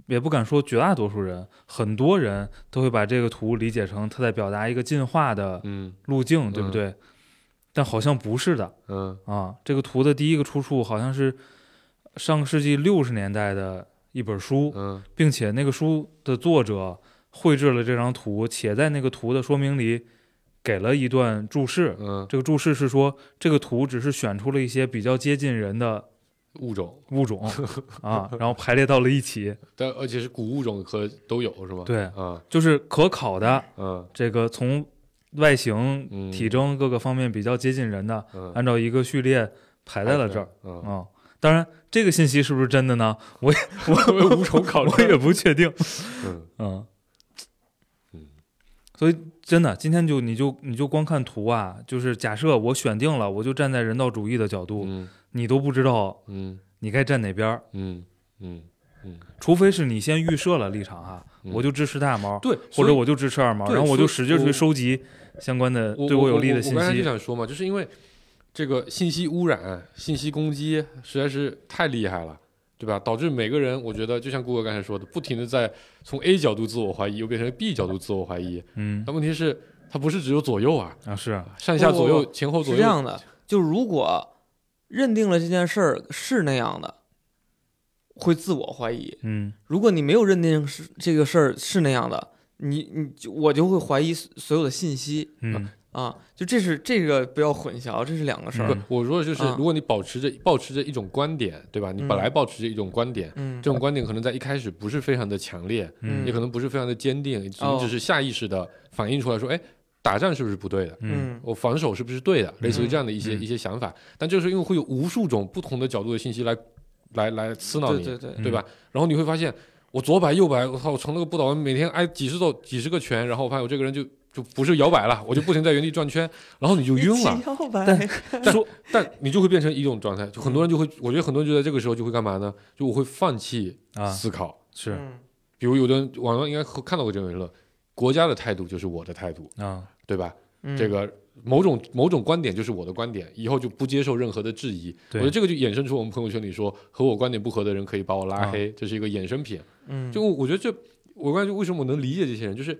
D: 也不敢说绝大多数人，很多人都会把这个图理解成他在表达一个进化的
E: 嗯
D: 路径，对不
E: 嗯
D: 对？但好像不是的，
E: 嗯
D: 啊，这个图的第一个出处好像是上个世纪六十年代的一本书，
E: 嗯
D: 并且那个书的作者绘制了这张图，且在那个图的说明里给了一段注释。
E: 嗯，
D: 这个注释是说，这个图只是选出了一些比较接近人的
E: 物种，
D: 物 种啊，然后排列到了一起，
E: 但而且是古物种和都有是吧？
D: 对
E: 啊
D: 就是可考的
E: 嗯
D: 这个从外形、
E: 嗯
D: 体征各个方面比较接近人的，
E: 嗯，
D: 按照一个序列呃排在了这儿。
E: 嗯，
D: 啊、当然，这个信息是不是真的呢？ 我也
E: 我
D: 我
E: 无从考证
D: 我也不确 定。
E: 嗯
D: 嗯
E: 嗯
D: 所以真的，今天就你就你就光看图啊，就是假设我选定了，我就站在人道主义的角度，
E: 嗯
D: 你都不知道
E: 嗯
D: 你该站哪边儿，
E: 嗯嗯嗯，
D: 除非是你先预设了立场哈，
E: 嗯
D: 我就支持大毛，
E: 对，
D: 或
E: 所以
D: 者我就支持二毛，
E: 对
D: 然后我
E: 所以
D: 就使劲
E: 我
D: 去收集相关的
E: 我
D: 呃对
E: 我
D: 有利的
E: 我
D: 信
E: 我刚才就
D: 息。
E: 想说嘛，就是因为这个信息污染、信息攻击实在是太厉害了，对吧？导致每个人，我觉得就像顾哥刚才说的，不停的在从 A 角度自我怀疑，又变成 B 角度自我怀疑。
D: 嗯
E: 但问题是，它不是只有左右啊，
D: 啊是
E: 上下左
C: 不
E: 右、
C: 不
E: 前后
C: 哦是
E: 左右。
C: 这样的，就如果认定了这件事儿是那样的，会自我怀疑；
D: 嗯
C: 如果你没有认定是这个事儿是那样的，你你就我就会怀疑所有的信息
D: 嗯
C: 啊，就这是这个不要混淆，这是两个事儿。
E: 不，我说的就是
C: 嗯，
E: 如果你保持着保持着一种观点，对吧？你本来保持着一种观点，
C: 嗯
E: 这，种观点可能在一开始不是非常的强烈，
C: 嗯
E: 也可能不是非常的坚定，你
C: 哦
E: 只是下意识的反映出来说，哎，打仗是不是不对的？
D: 嗯
E: 我防守是不是对的？类似于这样的一些
D: 嗯
E: 一些想法，但这个时候因为会有无数种不同的角度的信息来来来刺挠
C: 对
E: 你，
C: 对对，
E: 对吧？然后你会发现，我左摆右摆，我靠，我成了个不倒翁，每天挨几十道几十个拳，然后我发现我这个人就就不是摇摆了，我就不停在原地转圈，然后你就晕 了。
C: 摇摆，
E: 说，但你就会变成一种状态，就很多人就会，我觉得很多人就在这个时候就会干嘛呢？就我会放弃
D: 啊
E: 思考。
D: 是
C: 嗯
E: 比如有的人网上应该会看到过这种言论，国家的态度就是我的态度，
D: 啊
E: 对吧？
C: 嗯
E: 这个某种某种观点就是我的观点，以后就不接受任何的质疑。
D: 对
E: 我觉得这个就衍生出我们朋友圈里说和我观点不合的人可以把我拉
D: 啊
E: 黑，这是一个衍生品。
C: 嗯
E: 就我觉得这，我感觉为什么我能理解这些人，就是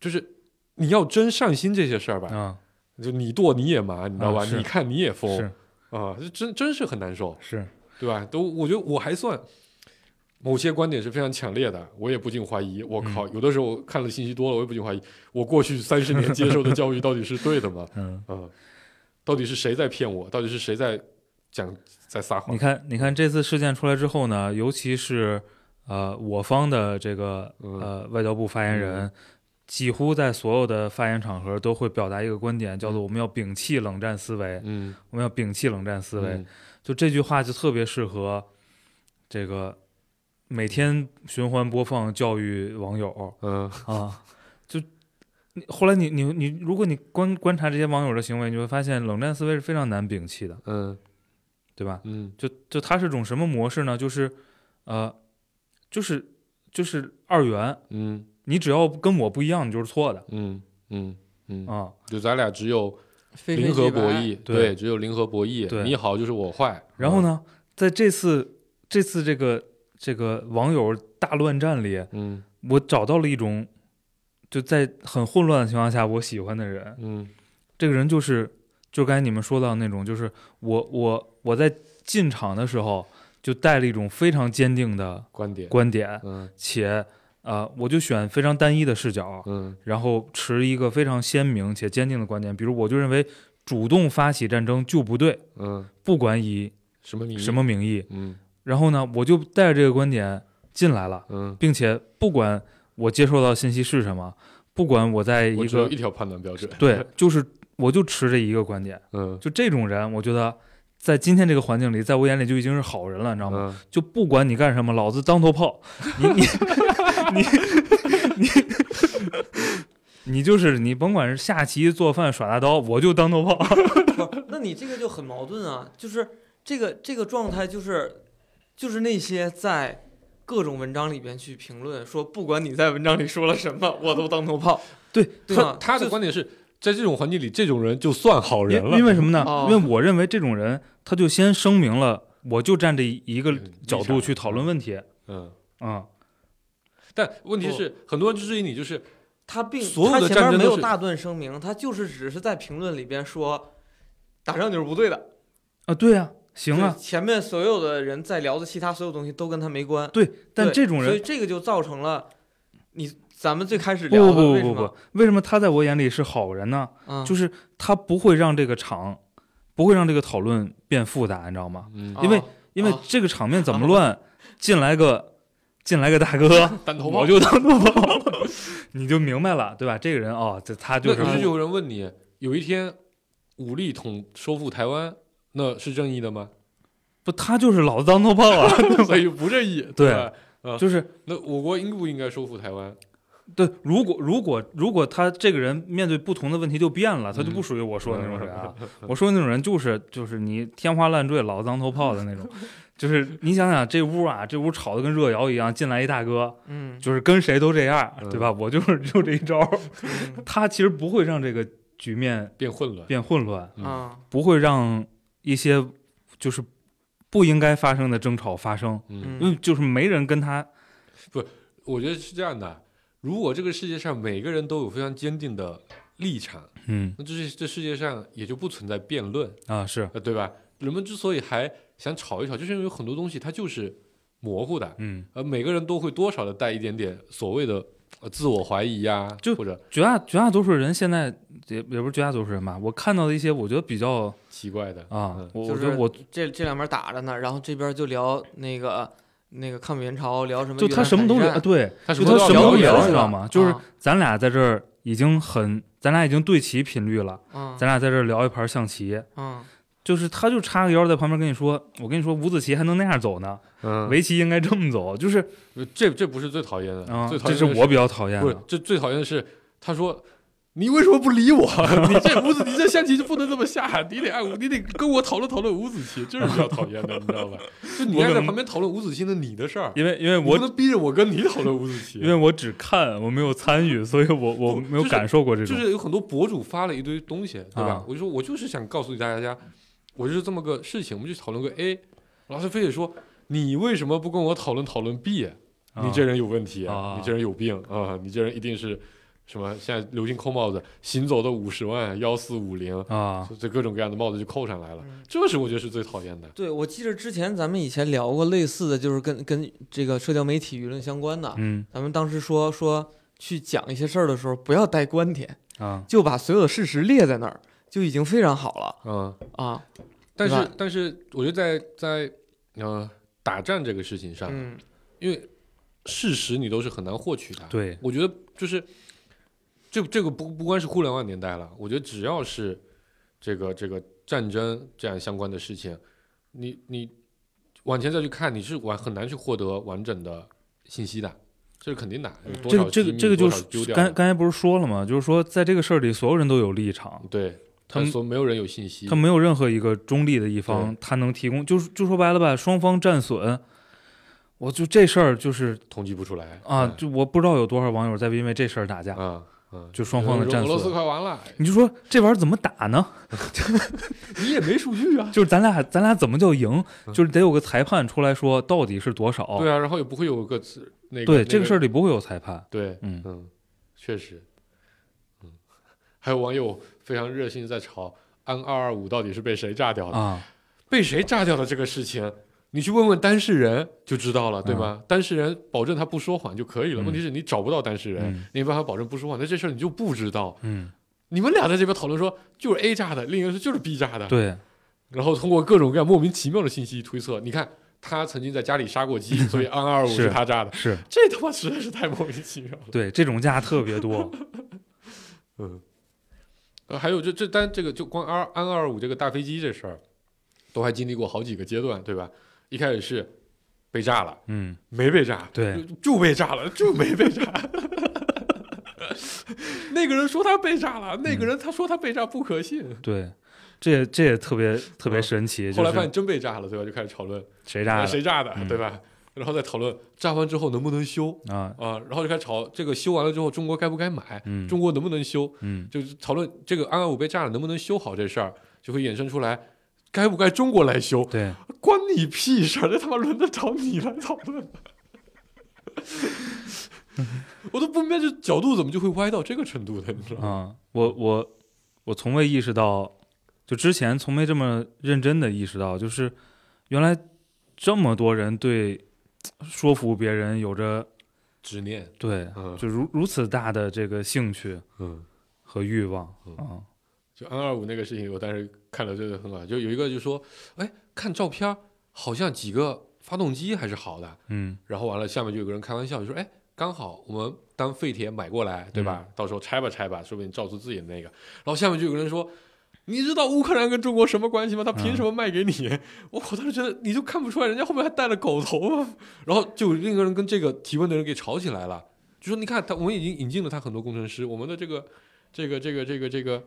E: 就是你要真上心这些事儿吧，
D: 啊
E: 就你剁你也麻，你知道吧？
D: 啊是
E: 你看你也疯。
D: 是
E: 啊，这真真是很难受，
D: 是？
E: 对吧？都我觉得我还算某些观点是非常强烈的，我也不禁怀疑。我靠，有的时候看了信息多了，我也不禁怀疑，我过去三十年接受的教育到底是对的吗
D: 嗯，
E: 啊，到底是谁在骗我？到底是谁在讲在撒
D: 你
E: 谎？
D: 看你看这次事件出来之后呢，尤其是呃我方的这个
E: 嗯
D: 呃外交部发言人。几乎在所有的发言场合都会表达一个观点，叫做我们要摒弃冷战思维，
E: 嗯，
D: 我们要摒弃冷战思维。
E: 嗯
D: 就这句话就特别适合这个每天循环播放教育网 友
E: 嗯
D: 啊。就你后来你你你，如果你观观察这些网友的行为，你会发现冷战思维是非常难摒弃的，
E: 嗯
D: 对吧？
E: 嗯
D: 就就它是种什么模式呢？就是呃，就是就是二元，
E: 嗯
D: 你只要跟我不一样，你就是错的
E: 嗯嗯嗯，
D: 啊。
E: 就咱俩只有
C: 非黑
E: 零和
C: 即白
E: 博弈，
D: 对
E: 对，只有零和博弈，
D: 对
E: 你好就是我坏。
D: 然后？呢，在这次这次这个这个网友大乱战里，
E: 嗯
D: 我找到了一种，就在很混乱的情况下，我喜欢的人。
E: 嗯
D: 这个人就是，就刚才你们说到那种，就是我我我在进场的时候就带了一种非常坚定的
E: 观点，
D: 观点，
E: 嗯
D: 且呃，我就选非常单一的视角，
E: 嗯
D: 然后持一个非常鲜明且坚定的观点。比如，我就认为主动发起战争就不对，
E: 嗯，
D: 不管以
E: 什么名义
D: 什么名义。
E: 嗯
D: 然后呢，我就带着这个观点进来了。
E: 嗯，
D: 并且不管我接收到信息是什么，不管我在
E: 我
D: 一
E: 只有
D: 个
E: 一条判断标准。
D: 对，，就是啊我就持着一个观点，
E: 嗯，
D: 就这种人，我觉得在今天这个环境里，在我眼里就已经是好人了，你知道吗？
E: 嗯，
D: 就不管你干什么，老子当头炮，你你你你你就是你，甭管是下棋、做饭、耍大刀，我就当头炮。
C: 不是，那你这个就很矛盾啊，就是这个这个状态，就是就是那些在各种文章里边去评论说，不管你在文章里说了什么，我都当头炮，
D: 对
C: 对啊
E: 他
C: 吧？
E: 他的观点是在这种环境里，这种人就算好人
D: 因
E: 了。
D: 因为什么呢？
C: 哦
D: 因为我认为这种人，他就先声明了，我就站这一个角度去讨论问题。
E: 嗯，
D: 嗯，
E: 但问题是，很多人质疑你，就是
C: 他并
E: 所有的
C: 他前
E: 战
C: 面
E: 争
C: 没
E: 都
C: 有
E: 是
C: 大段声明，他就是只是在评论里边说打仗就是不对的，
D: 啊，对呀、行
C: 就
D: 啊
C: 是，前面所有的人在聊的其他所有东西都跟他没关，
D: 对。但
C: 对
D: 这种
C: 所以
D: 人
C: 这个就造成了你咱们最开始
D: 不
C: 聊的
D: 不不
C: 为
D: 不
C: 什
D: 不
C: 么
D: 不，为什么他在我眼里是好人呢？
C: 啊，
D: 就是他不会让这个场，不会让这个讨论变复杂，你知道吗？
E: 嗯，
D: 因为
C: 啊
D: 因为
C: 啊
D: 这个场面怎么乱，进来个进来个大哥，
E: 单头
D: 我就当头炮，你就明白了，对吧？这个人哦，这他就
E: 那
D: 是
E: 可是有人问你，有一天武力统收复台湾，那是正义的吗？
D: 不，他就是老子当头炮啊，
E: 所以不正义。
D: 对
E: 吧，
D: 就是
E: 那我国应不应该收复台湾？
D: 对。如果如果如果他这个人面对不同的问题就变了，他就不属于我说的那种人
E: 嗯
D: 啊。我说的那种人就是就是你天花乱坠、老子当头炮的那种，
E: 嗯
D: 就是你想想这屋啊，这屋吵得跟热窑一样，进来一大哥，
C: 嗯
D: 就是跟谁都这样，
E: 嗯
D: 对吧？我就是就这一招儿，
C: 嗯
D: 他其实不会让这个局面
E: 变混乱。
D: 变混乱，
E: 嗯
C: 啊，
D: 不会让一些就是不应该发生的争吵发生，
E: 嗯，
C: 嗯
D: 因为就是没人跟他
E: 我觉得是这样的。如果这个世界上每个人都有非常坚定的立场，
D: 嗯
E: 那这是这世界上也就不存在辩论，
D: 啊是
E: 呃，对吧？人们之所以还想吵一吵，就是因为有很多东西它就是模糊的，
D: 嗯，
E: 呃，每个人都会多少的带一点点所谓的呃自我怀疑呀、
D: 就
E: 或者
D: 绝大绝大多数人现在也也不是绝大多数人吧，我看到的一些我觉得比较
E: 奇怪的
D: 啊，
E: 嗯
D: 我
C: 就
D: 我觉
C: 是
D: 得我
C: 这这两边打着呢，然后这边就聊那个那个抗美援朝，聊什么
D: 就
C: 越
D: 他
C: 南
D: 什么都
C: 海
D: 聊，
C: 战
D: 对，
E: 他什
D: 就
E: 么
D: 他
E: 都
D: 什么
E: 要
D: 都
E: 表
D: 聊，
E: 演
D: 你知道吗？就是
C: 啊
D: 咱俩在这儿已经很，咱俩已经对齐频率了，
C: 嗯
D: 咱俩在这儿聊一盘象棋，
C: 嗯
D: 就是他就插个腰在旁边跟你说，我跟你说，五子棋还能那样走呢，
E: 嗯，
D: 围棋应该这么走，就是
E: 这这不是最讨厌的，
D: 啊，
E: 最讨
D: 这
E: 厌
D: 是
E: 的
D: 我比较讨厌
E: 不是
D: 的，
E: 这最讨厌的是他说。你为什么不理我？ 你这五子，你这象棋就不能这么下，你得按，你得跟我讨论讨论五子棋，这是比较讨厌的，你知道吧？就你
D: 我
E: 还
D: 可
E: 在
D: 能
E: 旁边讨论五子棋那你的事儿，
D: 因为因为
E: 你不
D: 我
E: 能逼着我跟你讨论五子棋。
D: 因为我只看，我没有参与，所以我我
E: 不
D: 没有
E: 就是
D: 感受过这
E: 就
D: 种，
E: 是有很多博主发了一堆东西，对吧？
D: 啊
E: 我就说，我就是想告诉大家，我就是这么个事情，我们就讨论个 A，老师非得说你为什么不跟我讨论讨论 B？、
D: 啊
E: 你这人有问题，
D: 啊
E: 你这人有病啊！你这人一定是什么？现在流行扣帽子，行走的五十万幺四五零，
D: 啊，
E: 这各种各样的帽子就扣上来了，
C: 嗯
E: 这是我觉得是最讨厌的。
C: 对，我记得之前咱们以前聊过类似的，就是跟跟这个社交媒体舆论相关的。
D: 嗯
C: 咱们当时说说去讲一些事儿的时候，不要带观点，
D: 啊，
C: 就把所有的事实列在那儿，就已经非常好了
E: 嗯，
C: 啊。
E: 但
C: 对
E: 是
C: 吧
E: 但是，我觉得在在呃打战这个事情上，
C: 嗯
E: 因为事实你都是很难获取的。啊
D: 对，
E: 我觉得就是这这个不不光是互联网年代了，我觉得只要是这个这个战争这样相关的事情，你你往前再去看，你是完很难去获得完整的信息的，这是肯定的。
C: 嗯
E: 有多
D: 这
E: 少
D: 个这个
E: 机密
D: 这个就
E: 多少
D: 是
E: 丢掉
D: 刚
E: 了，
D: 刚才不是说了吗？就是说在这个事儿里，所有人都有立场，
E: 对
D: 他们
E: 所没有人有信息，
D: 他没有任何一个中立的一方，他能提供，就是就说白了吧，双方战损。我就这事儿就是
E: 统计不出来
D: 啊，
E: 嗯
D: 就我不知道有多少网友在因为这事儿打架，
E: 啊啊，
D: 就双方的
E: 俄
D: 战
E: 罗斯
D: 损。
E: 快完了，
D: 你就说这玩意儿怎么打呢？
E: 你也没数据啊。
D: 就是咱俩咱俩怎么叫赢？
E: 嗯
D: 就是得有个裁判出来说到底是多少。
E: 对啊，然后也不会有个词那个
D: 哦对
E: 那
D: 这个事儿里不会有裁判。
E: 对，
D: 嗯
E: 嗯，确实，嗯，还有网友非常热心地在吵安二二五到底是被谁炸掉的，
D: 啊，
E: 被谁炸掉的这个事情，你去问问当事人就知道了，对吗？当事人保证他不说谎就可以了。
D: 嗯
E: 问题是你找不到当事人，
D: 嗯
E: 你没办法保证不说谎，那这事儿你就不知道。
D: 嗯，
E: 你们俩在这边讨论说就是 A 炸的，另一个是就是 B 炸的，
D: 对，
E: 然后通过各种各样莫名其妙的信息推测，你看。他曾经在家里杀 过鸡，所以安二二五
D: 是
E: 是他炸的，
D: 是
E: 这他妈实在是太莫名其妙了。
D: 对这种架特别多。
E: 嗯，呃，还有这这单这个就光安安二五这个大飞机这事儿，都还经历过好几个阶段，对吧？一开始是被炸了，
D: 嗯，
E: 没被炸，
D: 对
E: 就，就被炸了，就没被炸。 那个人说他被炸了，
D: 嗯
E: 那个人他说他被炸不可信，
D: 对，这也这也特别特别
E: 嗯
D: 神奇，
E: 后
D: 就
E: 来发现
D: 是
E: 真被炸了，对吧？就开始讨论
D: 谁炸
E: 啊
D: 的
E: 谁炸的，
D: 嗯
E: 对吧？然后再讨论炸完之后能不能修
D: 啊？
E: 啊，然后就开始吵这个修完了之后中国该不该买，
D: 嗯
E: 中国能不能修，
D: 嗯
E: 就是讨论这个安二五被炸了能不能修好这事儿，就会衍生出来，该不该中国来修？
D: 对，
E: 关你屁事儿！这他妈轮得着你来讨论吗？ 我都不明白这角度怎么就会歪到这个程度的，你知道吗？
D: 啊，我我我从未意识到，就之前从没这么认真的意识到，就是原来这么多人对说服别人有着
E: 执念，
D: 对，
E: 嗯
D: 就如如此大的这个兴趣
E: 嗯，
D: 和欲望
E: 嗯
D: 啊，
E: 就安二五那个事情，我当时看了真的很好，就有一个就说，哎，看照片儿好像几个发动机还是好的，
D: 嗯
E: 然后完了，下面就有个人开玩笑就说：“哎，刚好我们当废铁买过来，对吧？到时候拆吧拆吧，说不定造出自己的那个。”然后下面就有个人说：“你知道乌克兰跟中国什么关系吗？他凭什么卖给你？” 我我当时觉得你就看不出来，人家后面还带了狗头吗？然后就有另一个人跟这个提问的人给吵起来了，就说：“你看他，我们已经引进了他很多工程师，我们的这个这个这个这个这个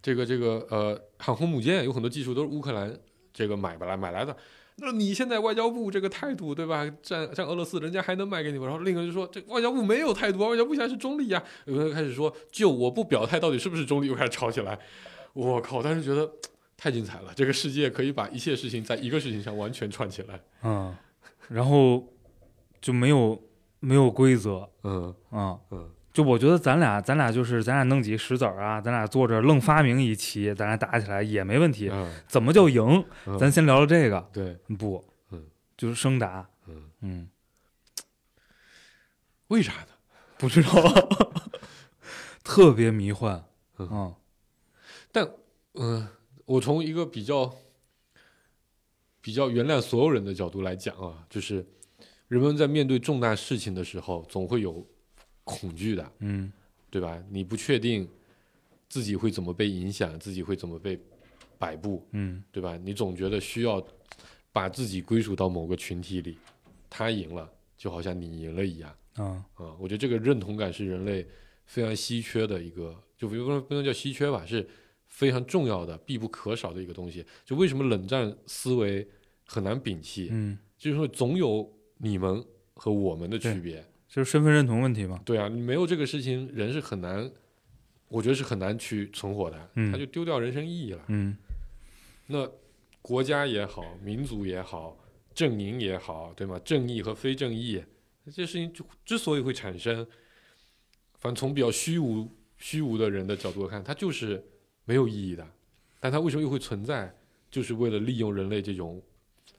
E: 这个这个呃航空母舰有很多技术都是乌克兰这个买来买来的。”那你现在外交部这个态度，对吧？占占俄罗斯，人家还能卖给你吗？然后另一个就说，这外交部没有态度啊，外交部现在是中立啊。有人开始说，就我不表态，到底是不是中立？又开始吵起来。我靠！当时觉得太精彩了，这个世界可以把一切事情在一个事情上完全串起来。
D: 嗯，然后就没有没有规则
E: 嗯
D: 啊、
E: 嗯，
D: 就我觉得咱俩咱俩就是咱俩弄几石子儿啊，咱俩坐这儿愣发明一棋，咱俩打起来也没问题。
E: 嗯
D: 怎么叫赢？
E: 嗯
D: 咱先聊聊这个。
E: 对，
D: 不，
E: 嗯，
D: 就是生答，
E: 嗯，
D: 嗯，
E: 为啥呢？
D: 不知道，特别迷幻，
E: 嗯
D: 嗯
E: 嗯，我从一个比较比较原谅所有人的角度来讲啊，就是人们在面对重大事情的时候，总会有恐惧的，
D: 嗯
E: 对吧？你不确定自己会怎么被影响，自己会怎么被摆布，
D: 嗯
E: 对吧？你总觉得需要把自己归属到某个群体里，他赢了，就好像你赢了一样。
D: 啊，
E: 啊、我觉得这个认同感是人类非常稀缺的一个，就不能不能叫稀缺吧，是非常重要的、必不可少的一个东西。就为什么冷战思维很难摒弃，
D: 嗯，
E: 就是说总有你们和我们的区
D: 对
E: 别。
D: 就是身份认同问题嘛，
E: 对啊，你没有这个事情，人是很难，我觉得是很难去存活的，
D: 嗯
E: 他就丢掉人生意义了。
D: 嗯
E: 那国家也好，民族也好，阵营也好，对吗？正义和非正义，这事情就之所以会产生，反正从比较虚无、虚无的人的角度看，它就是没有意义的。但它为什么又会存在？就是为了利用人类这种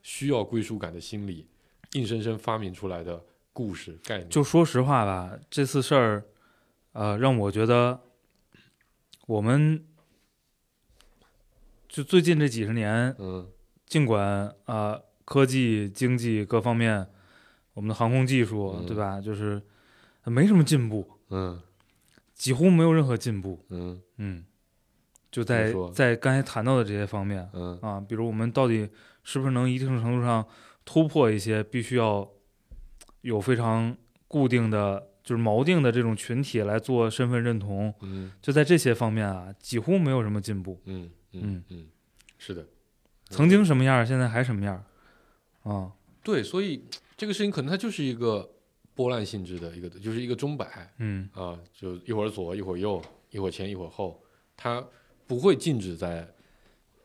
E: 需要归属感的心理，硬生生发明出来的故事概念。
D: 就说实话吧，这次事儿，呃，让我觉得我们就最近这几十年，
E: 嗯
D: 尽管呃科技、经济各方面，我们的航空技术，
E: 嗯
D: 对吧，就是没什么进步，
E: 嗯
D: 几乎没有任何进步，
E: 嗯
D: 嗯，就
E: 么
D: 在
E: 说
D: 在刚才谈到的这些方面
E: 嗯
D: 啊，比如我们到底是不是能一定程度上突破一些必须要有非常固定的就是锚定的这种群体来做身份认同，
E: 嗯
D: 就在这些方面啊，几乎没有什么进步。
E: 嗯嗯
D: 嗯
E: 嗯，是的。嗯
D: 曾经什么样儿，现在还什么样儿啊？
E: 对，所以这个事情可能它就是一个波浪性质的一个，就是一个钟摆
D: 嗯
E: 啊，就一会儿左一会儿右，一会儿前一会儿后，它不会静止在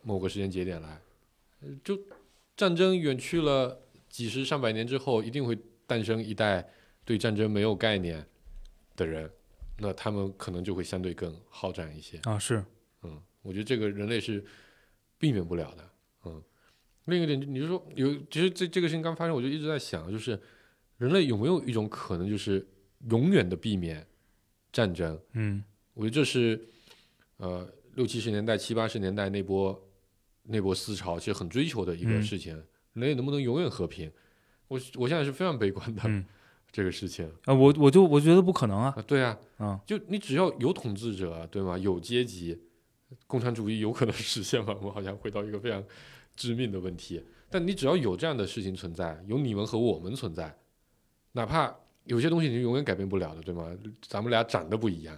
E: 某个时间节点来。呃就战争远去了几十上百年之后，一定会诞生一代对战争没有概念的人，那他们可能就会相对更好战一些。
D: 啊是，
E: 嗯，我觉得这个人类是避免不了的。嗯，另一个点，你就说有，其实这这个事情刚发生，我就一直在想，就是人类有没有一种可能，就是永远的避免战争？
D: 嗯
E: 我觉得这是呃六七十年代、七八十年代那波那波思潮其实很追求的一个
D: 嗯
E: 事情。人类能不能永远和平？我我现在是非常悲观的、
D: 嗯
E: 这个事情
D: 啊，我我就我觉得不可能啊
E: 啊，对啊，
D: 啊，
E: 就你只要有统治者，对吗？有阶级，共产主义有可能实现吗？我好像回到一个非常致命的问题。但你只要有这样的事情存在，有你们和我们存在，哪怕有些东西你是永远改变不了的，对吗？咱们俩长得不一样，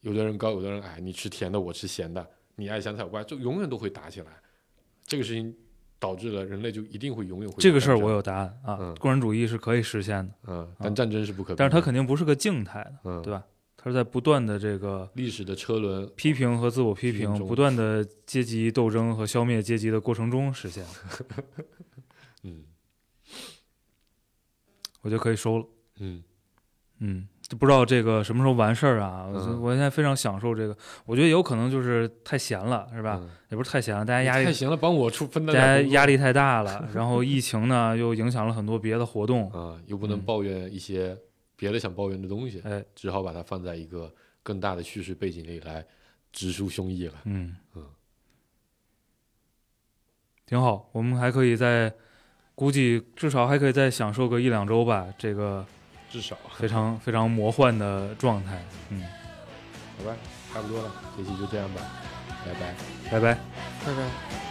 E: 有的人高，有的人矮，你吃甜的，我吃咸的，你爱香菜，我不爱，就永远都会打起来。这个事情导致了人类就一定会永远会
D: 这个事儿
E: 战争
D: 我，有答案啊，
E: 嗯
D: 共产主义是可以实现的，
E: 嗯，但战争是不可避免的，
D: 但是它肯定不是个静态的，
E: 嗯，
D: 对吧？它是在不断的这个
E: 历史的车轮
D: 批评和自我批
E: 批评
D: 评，
E: 中
D: 不断的阶级斗争和消灭阶级的过程中实现的，
E: 嗯
D: 我觉得可以收了。
E: 嗯
D: 嗯，就不知道这个什么时候完事儿啊？我觉得
E: 嗯
D: 我现在非常享受这个，我觉得有可能就是太闲了，是吧？
E: 嗯
D: 也不是太闲了，大家压
E: 太
D: 力
E: 行了，帮我出分
D: 大
E: 担
D: 家
E: 点工作
D: 压力太大了， 然后疫情呢又影响了很多别的活动。
E: 啊，又不能
D: 嗯
E: 抱怨一些别的想抱怨的东西，
D: 哎，
E: 只好把它放在一个更大的叙事背景里来直抒胸臆了。
D: 嗯
E: 嗯
D: 挺好，我们还可以再估计至少还可以再享受个一两周吧，这个
E: 至少
D: 非常非常魔幻的状态。嗯，
E: 好吧，差不多了，这期就这样吧，拜拜。
D: 拜拜。
C: 拜拜。
B: Thank